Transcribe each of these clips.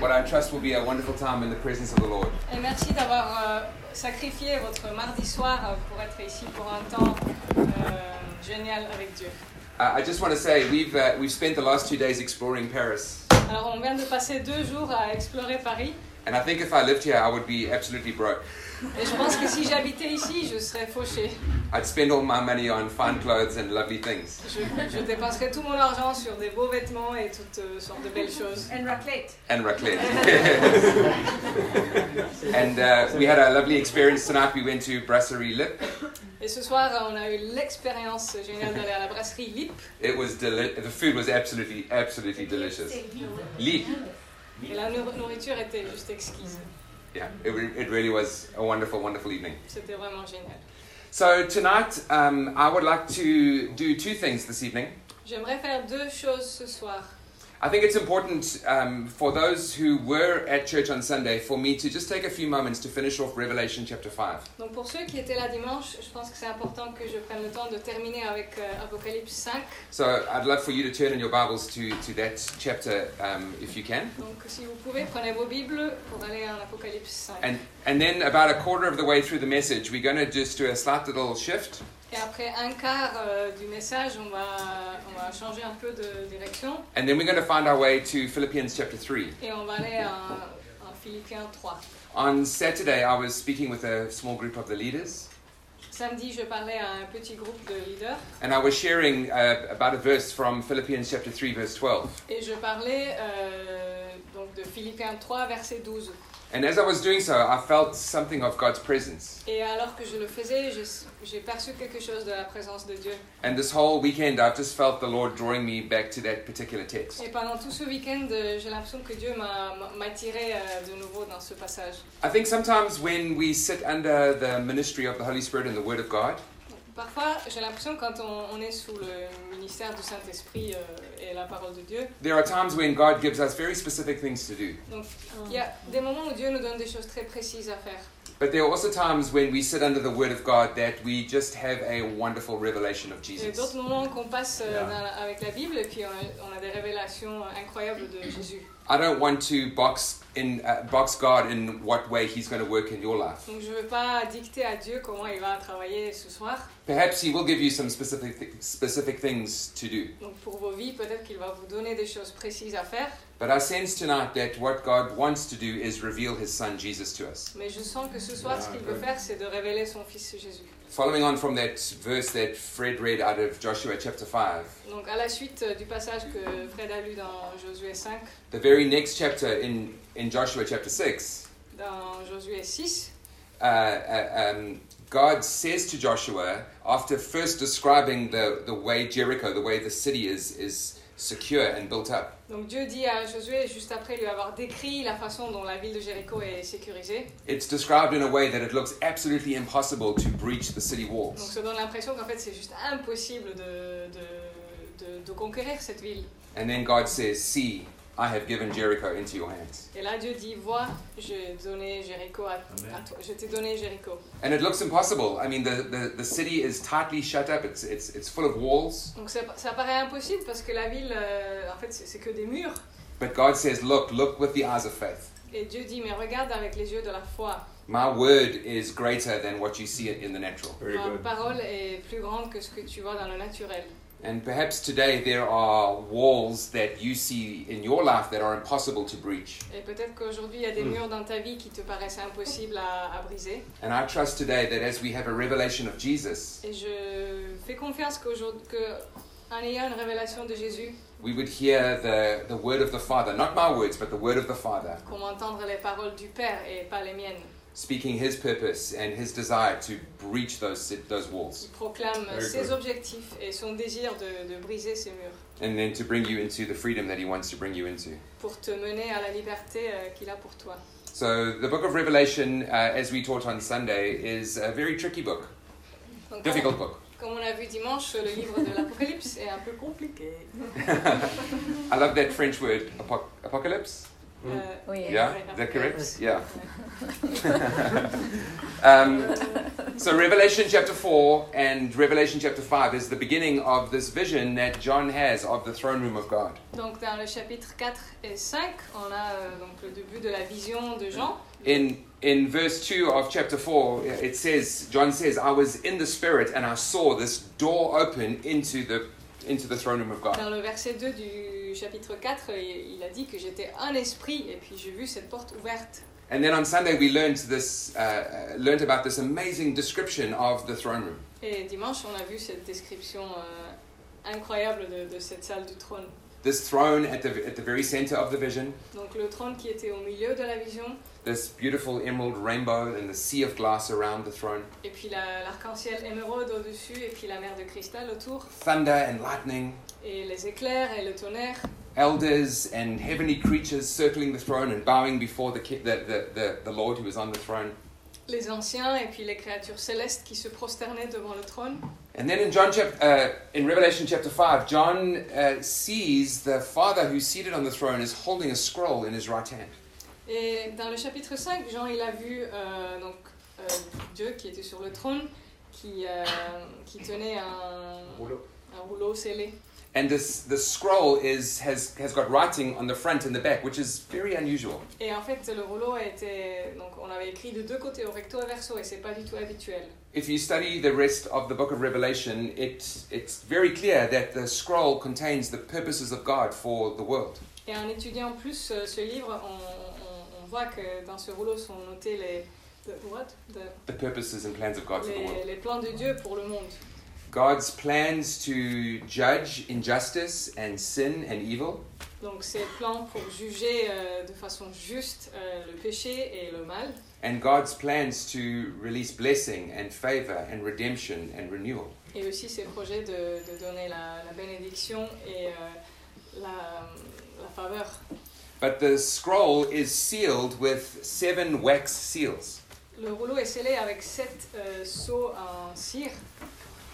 what I trust will be a wonderful time in the presence of the Lord. Et merci d'avoir euh, sacrifié votre mardi soir euh, pour être ici pour un temps euh, génial avec Dieu. Uh, I just want to say we've uh, we've spent the last two days exploring Paris, Alors on vient de passer deux jours à explorer Paris and I think if I lived here, I would be absolutely broke. et je pense que si j'habitais ici, je serais fauché. I'd spend all my money on fine clothes and lovely things, Je, je dépenserais tout mon argent sur des beaux vêtements et toutes euh, sortes de belles choses. And raclette. and raclette. and uh, we had a lovely experience tonight. We went to Brasserie Lip. Et ce soir, euh, on a eu l'expérience géniale d'aller à la brasserie Lip. It was deli- the food was absolutely absolutely delicious. Lip, Et la nour- nourriture était juste exquise. yeah, it, re- it really was a wonderful wonderful evening. C'était vraiment génial. So tonight, um, I would like to do two things this evening. J'aimerais faire deux choses ce soir. I think it's important um, for those who were at church on Sunday for me to just take a few moments to finish off Revelation chapter 5. Donc pour ceux qui étaient là dimanche, je pense que c'est important que je prenne le temps de terminer avec euh, Apocalypse 5. So I'd love for you to turn in your Bibles to, to that chapter um, if you can. Donc si vous pouvez, prenez vos Bibles pour aller à Apocalypse 5. And, and then, about a quarter of the way through the message, we're going to just do a slight little shift. Et après un quart euh, du message, on va, on va changer un peu de direction And then we're going to find our way to Philippians chapter 3. et on va aller à, à Philippiens 3. On Saturday, I was speaking with a small group of the leaders, Samedi, je parlais à un petit groupe de leaders and I was sharing uh, about a verse from Philippians chapter 3, verse 12. et je parlais euh, donc de Philippiens 3, verset 12. And as I was doing so, I felt something of God's presence. Et alors que je le faisais, je- j'ai perçu quelque chose de la présence de Dieu. And this whole weekend, I've just felt the Lord drawing me back to that particular text. Et pendant tout ce week-end, euh, j'ai l'impression que Dieu m'a m'a tiré euh, de nouveau dans ce passage. I think sometimes when we sit under the ministry of the Holy Spirit and the Word of God, Parfois, j'ai l'impression quand on, on est sous le ministère du Saint-Esprit euh, et la parole de Dieu, there are times when God gives us very specific things to do. donc il y a des moments où Dieu nous donne des choses très précises à faire. But there are also times when we sit under the Word of God that we just have a wonderful revelation of Il y a Jesus. d'autres moments qu'on passe euh, dans la- avec la Bible et puis on a, on a des révélations incroyables de Jésus. I don't want to box in uh, box God in what way He's going to work in your life. Donc je ne veux pas dicter à Dieu comment il va travailler ce soir. Perhaps He will give you some specific th- specific things to do. Donc pour vos vies, peut-être qu'il va vous donner des choses précises à faire. But I sense tonight that what God wants to do is reveal His Son Jesus to us. Mais je sens que ce soir, ce qu'il veut faire, c'est de révéler son Fils Jésus. Following on from that verse that Fred read out of Joshua chapter 5, Donc à la suite euh, du passage que Fred a lu dans Josué 5, the very next chapter in, in Joshua chapter 6, dans Josué 6, uh, uh, um, God says to Joshua, after first describing the, the way Jericho, the way the city is, is secure and built up, donc Dieu dit à Josué, juste après lui avoir décrit la façon dont la ville de Jéricho est sécurisée, it's described in a way that it looks absolutely impossible to breach the city walls. donc ça donne l'impression qu'en fait c'est juste impossible de, de, de, de conquérir cette ville. And then God says, See, I have given Jericho into your hands. Et là Dieu dit, vois, je, donné Jéricho à, à toi, je t'ai donné Jéricho. And it looks impossible. I mean, the, the, the city is tightly shut up, it's, it's, it's full of walls. Donc ça, ça paraît impossible parce que la ville, euh, en fait c'est c'est que des murs. But God says, Look, look with the eyes of faith. Et Dieu dit, mais regarde avec les yeux de la foi. My word is greater than what you see in the natural. Very Ma good. parole est plus grande que ce que tu vois dans le naturel. And perhaps today there are walls that you see in your life that are impossible to breach. Et peut-être qu'aujourd'hui, il y a des murs dans ta vie qui te paraissent impossibles à, à briser. And I trust today that as we have a revelation of Jesus, Et je fais confiance qu'aujourd'hui, que en ayant une révélation de Jésus, we would hear the, the word of the Father, not my words, but the word of the Father, qu'on va entendre les paroles du Père et pas les miennes. speaking his purpose and his desire to breach those, those walls Il proclame Very ses good. objectifs et son désir de, de briser ces murs and then to bring you into the freedom that he wants to bring you into. pour te mener à la liberté euh, qu'il a pour toi. So, the book of Revelation, uh, as we taught on Sunday, is a very tricky book. Donc, comme, Difficult book. comme on a vu dimanche, le livre de l'Apocalypse est un peu compliqué. Hmm. I love that French word, apoc- apocalypse. Euh, Oui. Yeah, is that correct? Yeah. um, So, Revelation chapter 4 and Revelation chapter 5 is the beginning of this vision that John has of the throne room of God. Donc dans le chapitre 4 et 5, on a euh, donc le début de la vision de Jean. In, in verse 2 of chapter 4, it says, John says, I was in the Spirit and I saw this door open into the, into the throne room of God. Dans le verset 2 du chapitre 4, euh, il a dit que j'étais un esprit et puis j'ai vu cette porte ouverte. And then on Sunday, we learned, this, uh, uh, learned about this amazing description of the throne room. Et dimanche, on a vu cette description euh, incroyable de, de cette salle du trône. This throne at the, at the very center of the vision, Donc le trône qui était au milieu de la vision, this beautiful emerald rainbow and the sea of glass around the throne, et puis la- l'arc-en-ciel émeraude au-dessus, et puis la mer de cristal autour, thunder and lightning, et les éclairs et le tonnerre, elders and heavenly creatures circling the throne and bowing before the, ki- the, the, the, the Lord who is on the throne. les anciens et puis les créatures célestes qui se prosternaient devant le trône. And then in John chap- uh, in Revelation chapter five, John uh, sees the Father who's seated on the throne is holding a scroll in his right hand. Et dans le chapitre 5, Jean il a vu euh, donc, euh, Dieu qui était sur le trône, qui, euh, qui tenait un, un rouleau scellé. And this the scroll is has has got writing on the front and the back, which is very unusual. Et en fait, le rouleau était. Donc, on avait écrit de deux côtés, au recto et verso, et c'est pas du tout habituel. If you study the rest of the book of Revelation, it it's very clear that the scroll contains the purposes of God for the world. Et en étudiant plus euh, ce livre, on, on- on voit que dans ce rouleau sont notés les, the- what? The- The purposes and plans of God for the world. les, les plans de Dieu pour le monde. God's plans to judge injustice and sin and evil, Donc ces plans pour juger euh, de façon juste euh, le péché et le mal, and God's plans to release blessing and favor and redemption and renewal. et aussi ces projets de, de donner la, la bénédiction et euh, la, la faveur. But the scroll is sealed with seven wax seals. Le rouleau est scellé avec sept euh, sceaux en cire.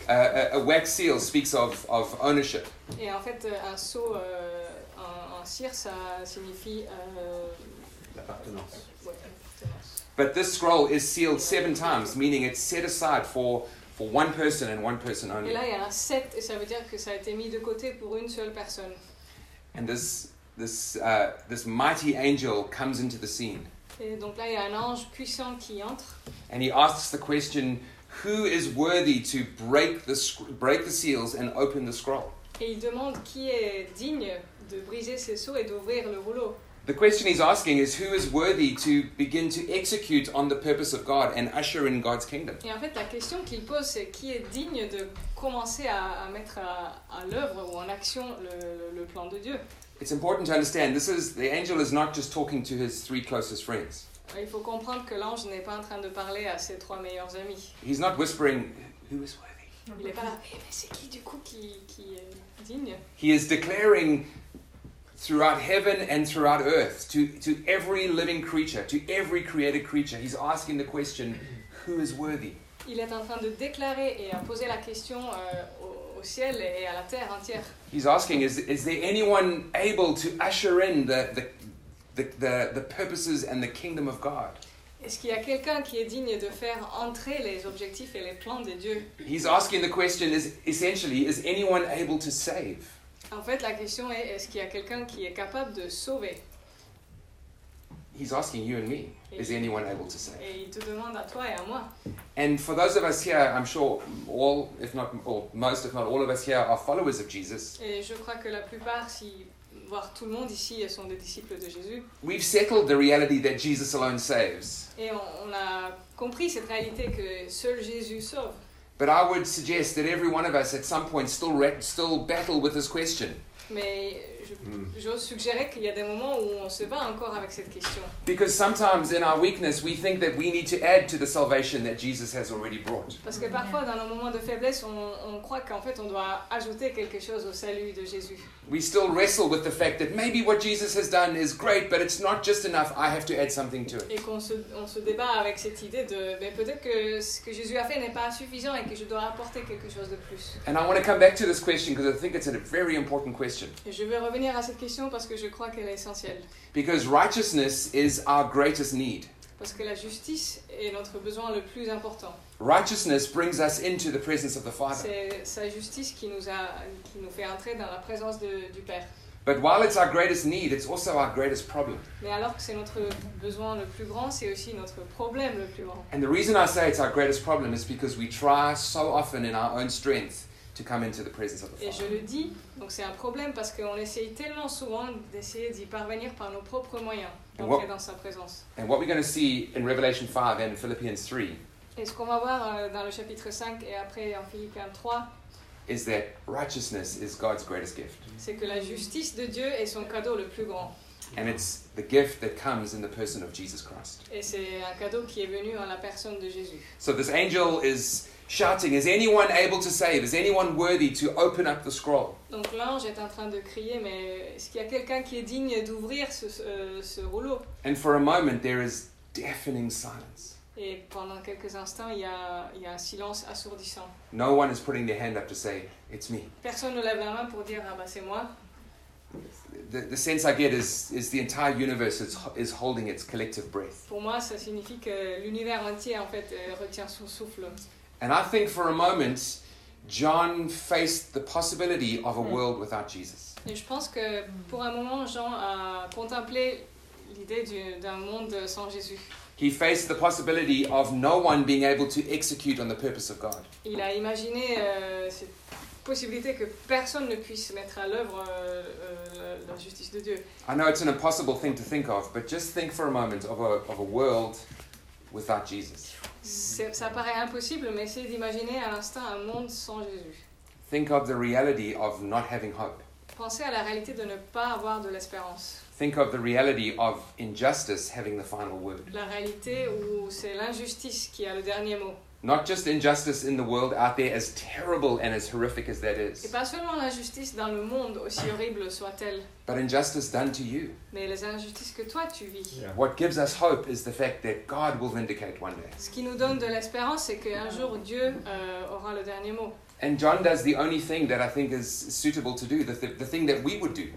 Uh, a, a wax seal speaks of, of ownership. Et en fait, euh, un sceau euh, en, en cire, ça signifie... euh, L'appartenance. ouais, appartenance. But this scroll is sealed seven times, meaning it's set aside for, for one person and one person Et only. là, il y a un 7, et ça veut dire que ça a été mis de côté pour une seule personne. And this, this, uh, this mighty angel comes into the scene. Et donc là, il y a un ange puissant qui entre, and he asks the question who is worthy to break the, sc- break the seals and open the scroll et il demande qui est digne de briser ces sceaux et d'ouvrir le rouleau. the question he's asking is who is worthy to begin to execute on the purpose of god and usher in god's kingdom Et en fait, la question qu'il pose, c'est qui est digne de commencer à, à mettre à, à l'œuvre ou en action le, le- le plan de Dieu. it's important to understand this is the angel is not just talking to his three closest friends Euh, Il faut comprendre que l'ange n'est pas en train de parler à ses trois meilleurs amis. he's not whispering who is worthy Il n'est pas là, Eh, mais c'est qui du coup qui, qui est digne he is declaring throughout heaven and throughout earth to, to every living creature to every created creature he's asking the question who is worthy Il est en train de déclarer et à poser la question euh, au, au ciel et à la terre entière. He's asking, is, is there anyone able to usher in the, the, the, the, the purposes and the kingdom of God? Est-ce qu'il y a quelqu'un qui est digne de faire entrer les objectifs et les plans de Dieu He's asking the question, is essentially, is anyone able to save? En fait, la question est est-ce qu'il y a quelqu'un qui est capable de sauver He's asking you and me, is anyone able to save? Et il te demande à toi et à moi. And for those of us here, I'm sure all, if not or most, if not all of us here, are followers of Jesus. Et je crois que la plupart, si voire tout le monde ici, sont des disciples de Jésus. We've settled the reality that Jesus alone saves. Et on, on a compris cette réalité que seul Jésus sauve. But I would suggest that every one of us at some point still, re- still battle with this question. Mais je- Mm. j'ose suggérer qu'il y a des moments où on se bat encore avec cette question. Because sometimes in our weakness, we think that we need to add to the salvation that Jesus has already brought. Parce que parfois, dans nos moments de faiblesse, on, on croit qu'en fait, on doit ajouter quelque chose au salut de Jésus. We still wrestle with the fact that maybe what Jesus has done is great, but it's not just enough. I have to add something to it. Et qu'on se, on se débat avec cette idée de mais peut-être que ce que Jésus a fait n'est pas suffisant et que je dois apporter quelque chose de plus. And I want to come back to this question because I think it's a very important question. Et je vais revenir à cette question parce que je crois qu'elle est essentielle. Because righteousness is our greatest need. Parce que la justice est notre besoin le plus important. Righteousness brings us into the presence of the Father. C'est sa justice qui nous, a, qui nous fait entrer dans la présence de- du Père. But while it's our greatest need, it's also our greatest problem. Mais alors que c'est notre besoin le plus grand, c'est aussi notre problème le plus grand. And the reason I say it's our greatest problem is because we try so often in our own strength to come into the presence of the Et je Father. le dis, donc c'est un problème parce qu'on essaye tellement souvent d'essayer d'y parvenir par nos propres moyens, d'entrer dans sa présence. And what we're going to see in Revelation 5 and Philippians 3 Et ce qu'on va voir euh, dans le chapitre 5 et après en Philippiens 3, is that righteousness is God's greatest gift. c'est que la justice de Dieu est son cadeau le plus grand. And it's the gift that comes in the person of Jesus Christ. Et c'est un cadeau qui est venu en la personne de Jésus. So this angel is shouting, Is anyone able to save? Is anyone worthy to open up the scroll? Donc l'ange est en train de crier, mais est-ce qu'il y a quelqu'un qui est digne d'ouvrir ce, ce- euh, ce rouleau And for a moment, there is deafening silence. Et pendant quelques instants, il y a, il y a un silence assourdissant. No one is putting their hand up to say, It's me. Personne ne lève la main pour dire ⁇ Ah bah c'est moi The, the sense I get is, is the entire universe is, is holding its collective breath. ⁇ Pour moi, ça signifie que l'univers entier, en fait, euh, retient son souffle. And I think for a moment, John faced the possibility of a world without Jesus. Et je pense que pour un moment, Jean a contemplé l'idée du- d'un monde sans Jésus. He faced the possibility of no one being able to execute on the purpose of God. Il a imaginé euh, cette possibilité que personne ne puisse mettre à l'œuvre euh, euh, la justice de Dieu. I know it's an impossible thing to think of, but just think for a moment of a, of a world without Jesus. C'est- Ça paraît impossible, mais essayez d'imaginer à l'instant un monde sans Jésus. Think of the reality of not having hope. Pensez à la réalité de ne pas avoir de l'espérance. Think of the reality of injustice having the final word. La réalité où c'est l'injustice qui a le dernier mot. Not just injustice in the world out there, as terrible and as horrific as that Et is, pas seulement l'injustice dans le monde, aussi horrible soit-elle, but injustice done to you. mais les injustices que toi tu vis. What gives us hope is the fact that God will vindicate one day. Ce qui nous donne de l'espérance, c'est qu'un jour Dieu euh, aura le dernier mot. And John does the only thing that I think is suitable to do, the, th- the thing that we would do.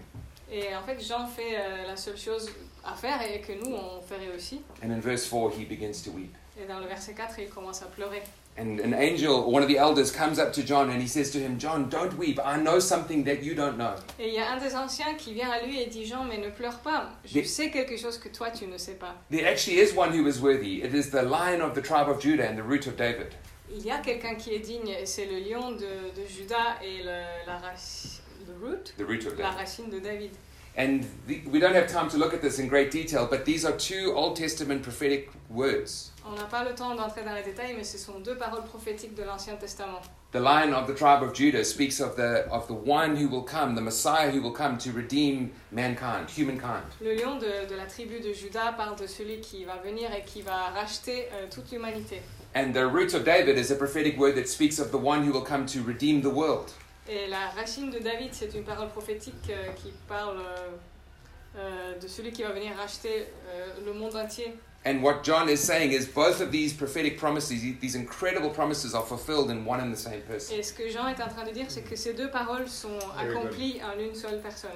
Et en fait, Jean fait euh, la seule chose à faire et que nous, on ferait aussi. And in verse 4, he begins to weep. Et dans le verset 4, il commence à pleurer. And an angel, or one of the elders, comes up to John and he says to him, John, don't weep. I know something that you don't know. Et il y a un des anciens qui vient à lui et dit Jean, mais ne pleure pas, je Mais- sais quelque chose que toi tu ne sais pas. There actually is one who is worthy. It is the lion of the tribe of Judah and the root of David. Il y a quelqu'un qui est digne, et c'est le lion de, de Judas et le- la, raci- le root, The root of la David. racine de David. And the, we don't have time to look at this in great detail, but these are two Old Testament prophetic words. On n'a pas le temps d'entrer dans les détails, mais ce sont deux paroles prophétiques de l'Ancien Testament. The lion of the tribe of Judah speaks of the, of the one who will come, the Messiah who will come to redeem mankind, humankind. Le lion de, de la tribu de Judas parle de celui qui va venir et qui va racheter euh, toute l'humanité. And the root of David is a prophetic word that speaks of the one who will come to redeem the world. Et la racine de David, c'est une parole prophétique euh, qui parle euh, euh, de celui qui va venir racheter euh, le monde entier. And what John is saying is both of these prophetic promises, these incredible promises, are fulfilled in one and the same person. Et ce que Jean est en train de dire, c'est que ces deux paroles sont accomplies en une seule personne.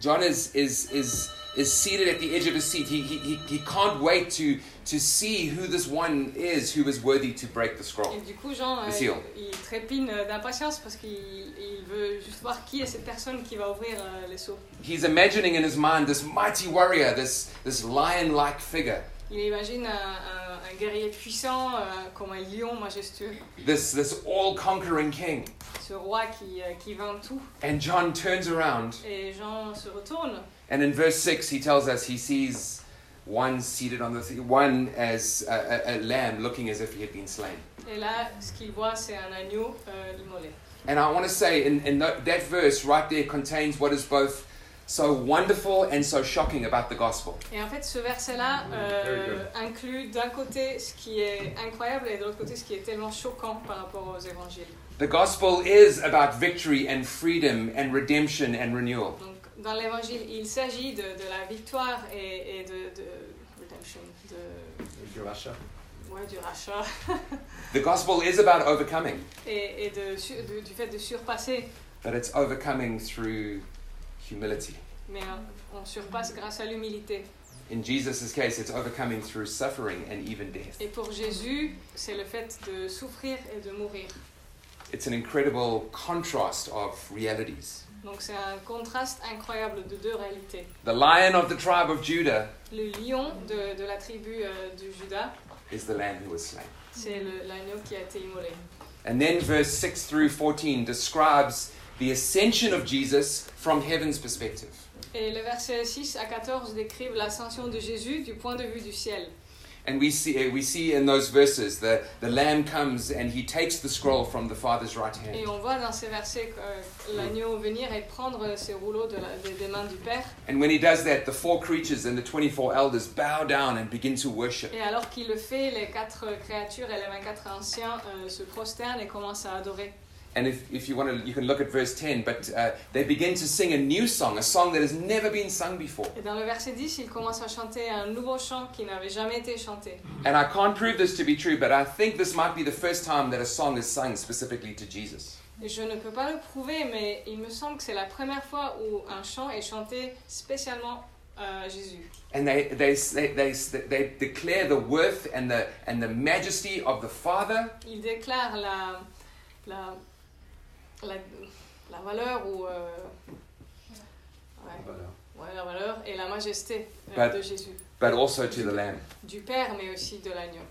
John is, is, is, is seated at the edge of his seat. He, he, he, he can't wait to, to see who this one is who is worthy to break the Et scroll. du coup, Jean, euh, Ici, on- il, il trépine euh, d'impatience parce qu'il il veut juste voir qui est cette personne qui va ouvrir euh, les seaux. He's imagining in his mind this mighty warrior, this, this lion like figure, Il imagine un, un- un guerrier puissant, euh, comme un lion majestueux, this, this all conquering king. ce roi qui, euh, qui vint tout. And John turns around, Et Jean se retourne and in verse 6, he tells us he sees one seated on the th- one as a, a, a lamb looking as if he had been slain. et là, ce qu'il voit, c'est un agneau euh, immolé. And I want to say, in, in that, that verse right there contains what is both so wonderful and so shocking about the gospel. Et en fait, ce verset-là euh, Very good. inclut d'un côté ce qui est incroyable et de l'autre côté ce qui est tellement choquant par rapport aux évangiles. The gospel is about victory and freedom and redemption and renewal. Donc, dans l'évangile, il s'agit de, de la victoire et, et de, de redemption, de, Du rachat. ouais, du rachat The gospel is about overcoming, et, et de su- de- du fait de surpasser. but it's overcoming through humility. euh, Mais hein, on surpasse grâce à l'humilité. In Jesus' case, it's overcoming through suffering and even death. Et pour Jésus, c'est le fait de souffrir et de mourir. It's an incredible contrast of realities. Donc c'est un contraste incroyable de deux réalités. The lion of the tribe of Judah Le lion de, de la tribu euh, de Judas, is the lamb who was slain. c'est le- l'agneau qui a été immolé. And then verse 6 through 14 describes the ascension of Jesus from heaven's perspective. Et le verset 6 à 14 décrivent l'ascension de Jésus du point de vue du ciel. And we see, eh, we see in those verses that the Lamb comes and he takes the scroll from the Father's right Et hand. on voit dans ces versets euh, l'agneau venir et prendre ces rouleaux de la- des- des mains du Père. And when he does that, the four creatures and the 24 elders bow down and begin to worship. Et alors qu'il le fait, les quatre créatures et les 24 anciens euh, se prosternent et commencent à adorer. And if, if you want to, you can look at verse 10, but uh, they begin to sing a new song, a song that has never been sung before. Et dans le verset 10, ils commencent à chanter un nouveau chant qui n'avait jamais été chanté. And I can't prove this to be true, but I think this might be the first time that a song is sung specifically to Jesus. Et je ne peux pas le prouver, mais il me semble que c'est la première fois où un chant est chanté spécialement à Jésus. And they, they, they, they, they declare the worth and the, and the majesty of the Father Il déclare la, la, la, la valeur ou... euh, ouais, ouais, la valeur et la majesté euh, Pas- de Jésus. but also to the Lamb. Du Père, mais aussi de l'agneau.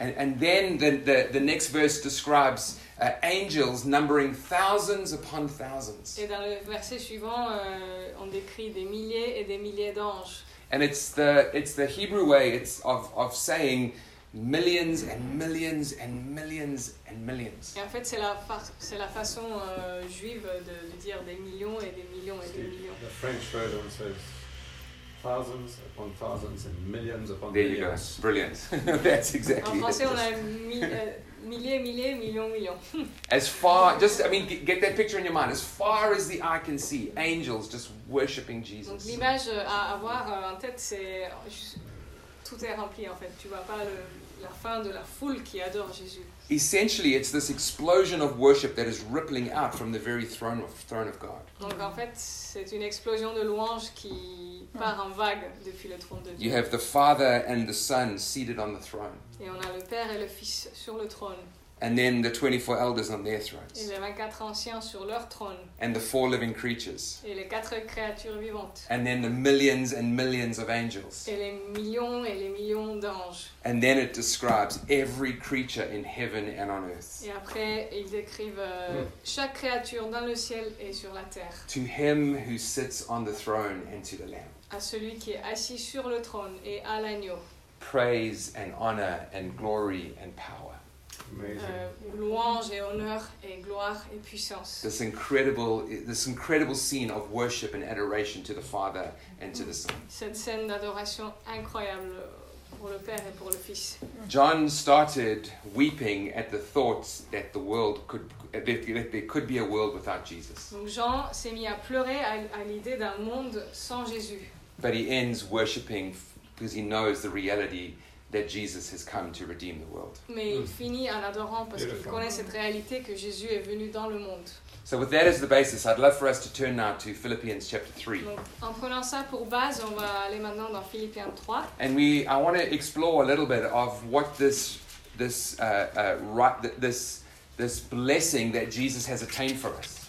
And, and then the, the, the next verse describes uh, angels numbering thousands upon thousands. Et dans le verset suivant, euh, on décrit des milliers et des milliers d'anges. And it's the, it's the Hebrew way it's of, of saying millions and millions and millions and millions. Et en fait, c'est la, fa- c'est la façon euh, juive de, de dire des millions et des millions et des millions. The French version says thousands upon thousands and millions upon There you go. millions. Brilliant. That's En exactly français, on it. a mi- euh, milliers, milliers, millions, millions. As far, just, I mean, get, get that picture in your mind. As far as the eye can see, angels just worshiping Donc Jesus. l'image à avoir euh, en tête, c'est juste- tout est rempli en fait. Tu vois pas le- la fin de la foule qui adore Jésus. Essentially, it's this explosion of worship that is rippling out from the very throne of, throne of God. Donc en fait, c'est une explosion de louanges qui part en vague depuis le trône de You Dieu. have the Father and the Son seated on the throne, Et on a le Père et le Fils sur le trône, and then the 24 elders on their et thrones, les 24 anciens sur leur trône, and the four living creatures, et les quatre créatures vivantes, and then the millions and millions of angels. et les millions et les millions d'anges. And then it describes every creature in heaven and on earth. Et après, ils décrivent Hmm. euh, chaque créature dans le ciel et sur la terre. To him who sits on the throne and to the Lamb. à celui qui est assis sur le trône et à l'agneau. praise and honor and glory and power. Amazing. Euh, louange et honneur et gloire et puissance. This incredible, this incredible scene of worship and adoration to the Father and to the Son. Cette scène d'adoration incroyable pour le Père et pour le Fils. John started weeping at the thoughts that the world could, that that there could be a world without Jesus. Donc Jean s'est mis à pleurer à, à l'idée d'un monde sans Jésus. But he ends worshiping because he knows the reality that Jesus has come to redeem the world. Mais Mm. il finit en adorant parce qu'il Beautiful. connaît cette réalité que Jésus est venu dans le monde. So, with that as the basis, I'd love for us to turn now to Philippians chapter 3. Donc en prenant ça pour base, on va aller maintenant dans Philippiens 3. And we, I want to explore a little bit of what this, this, uh, uh, right, th- this, this blessing that Jesus has attained for us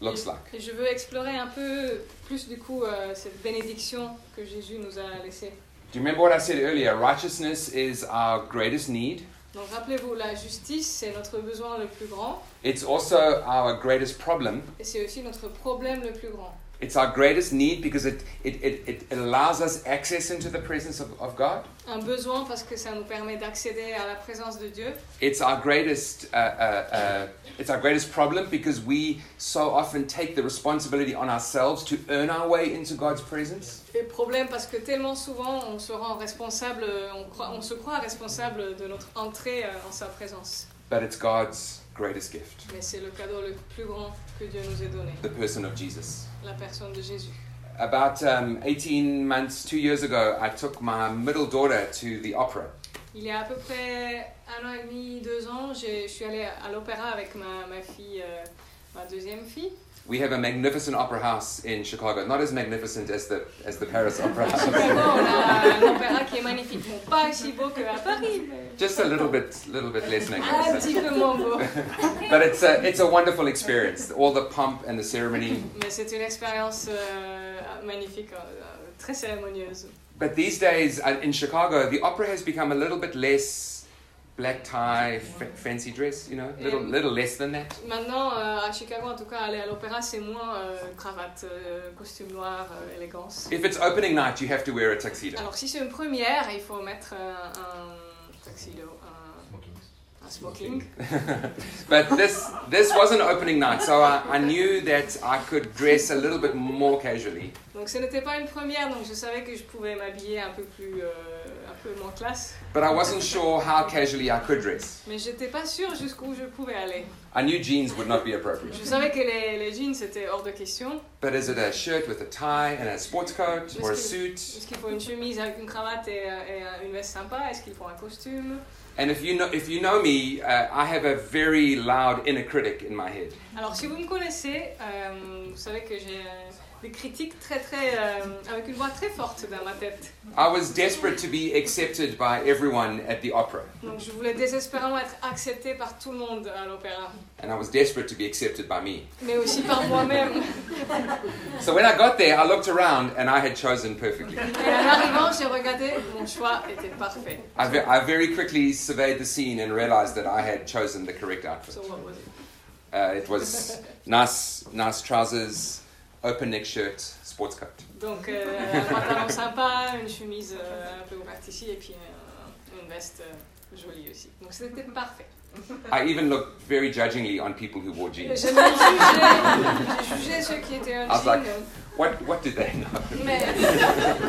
looks et, like. et je veux explorer un peu plus du coup euh, cette bénédiction que Jésus nous a laissée. Do you remember what I said earlier? Righteousness is our greatest need. Donc rappelez-vous, la justice, c'est notre besoin le plus grand It's also our greatest problem. et c'est aussi notre problème le plus grand. It's our greatest need because it, it, it, it allows us access into the presence of, of God. Un besoin parce que ça nous permet d'accéder à la présence de Dieu. It's our greatest, uh, uh, uh, it's our greatest problem because we so often take the responsibility on ourselves to earn our way into God's presence. Et problème parce que tellement souvent on se rend responsable, euh, on, croit- on se croit responsable de notre entrée euh, en sa présence. But it's God's greatest gift, Mais c'est le cadeau le plus grand que Dieu nous ait donné, the person of Jesus. la personne de Jésus. About um, 18 months, two years ago, I took my middle daughter to the opera. Il y a à peu près un an et demi, deux ans, j'ai- je suis allée à l'opéra avec ma, ma fille, euh, ma deuxième fille. We have a magnificent opera house in Chicago, not as magnificent as the, as the Paris Opera House. Chicago, on a un opéra qui est magnifique. Bon, pas aussi beau qu'à Paris, mais Just a little bit, little bit less un magnificent. petit peu moins beau. But it's a, it's a wonderful experience. All the pomp and the ceremony. Mais c'est une expérience euh, magnifique, euh, très cérémonieuse. But these days uh, in Chicago, the opera has become a little bit less black tie, f- fancy dress, you know, little, Yeah. little less than that. Maintenant, euh, à Chicago, en tout cas, aller à l'opéra, c'est moins euh, cravate, euh, costume noir, euh, élégance. If it's opening night, you have to wear a tuxedo. Alors, si c'est une première, il faut mettre euh, un tuxedo, un, un smoking. But this, this was an opening night, so I, I knew that I could dress a little bit more casually. Donc, ce n'était pas une première, donc je savais que je pouvais m'habiller un peu plus, euh, un peu moins classe. But I wasn't sure how casually I could dress. Mais j'étais pas sûre jusqu'où je pouvais aller. I knew jeans would not be appropriate. Je savais que les, les jeans c'était hors de question. But is it a shirt with a tie and a sports coat or a suit? Est-ce qu'il faut une chemise avec une cravate et, euh, et, euh, une veste sympa Est-ce qu'il faut un costume And if you know, if you know me, uh, I have a very loud inner critic in my head. Alors si vous me connaissez, euh, vous savez que j'ai euh, des critiques très très euh, avec une voix très forte dans ma tête. I was desperate to be accepted by everyone at the opera, Donc je voulais désespérément être acceptée par tout le monde à l'opéra, and I was desperate to be accepted by me. mais aussi par moi-même. So when I got there, I looked around and I had chosen perfectly. Et en arrivant, j'ai regardé, mon choix était parfait. I, ve- I very quickly surveyed the scene and realized that I had chosen the correct outfit. So what was it? Uh, it was nice, nice trousers, open neck shirt, sports coat. Donc euh, un pantalon sympa, une chemise euh, un peu ouverte ici et puis euh, une veste euh, jolie aussi. Donc c'était parfait. I even looked very judgingly on people who wore J'ai même jeans. jugé, j'ai jugé ceux qui étaient en Ah, bah. jean, d'accord. What, what did they know? mais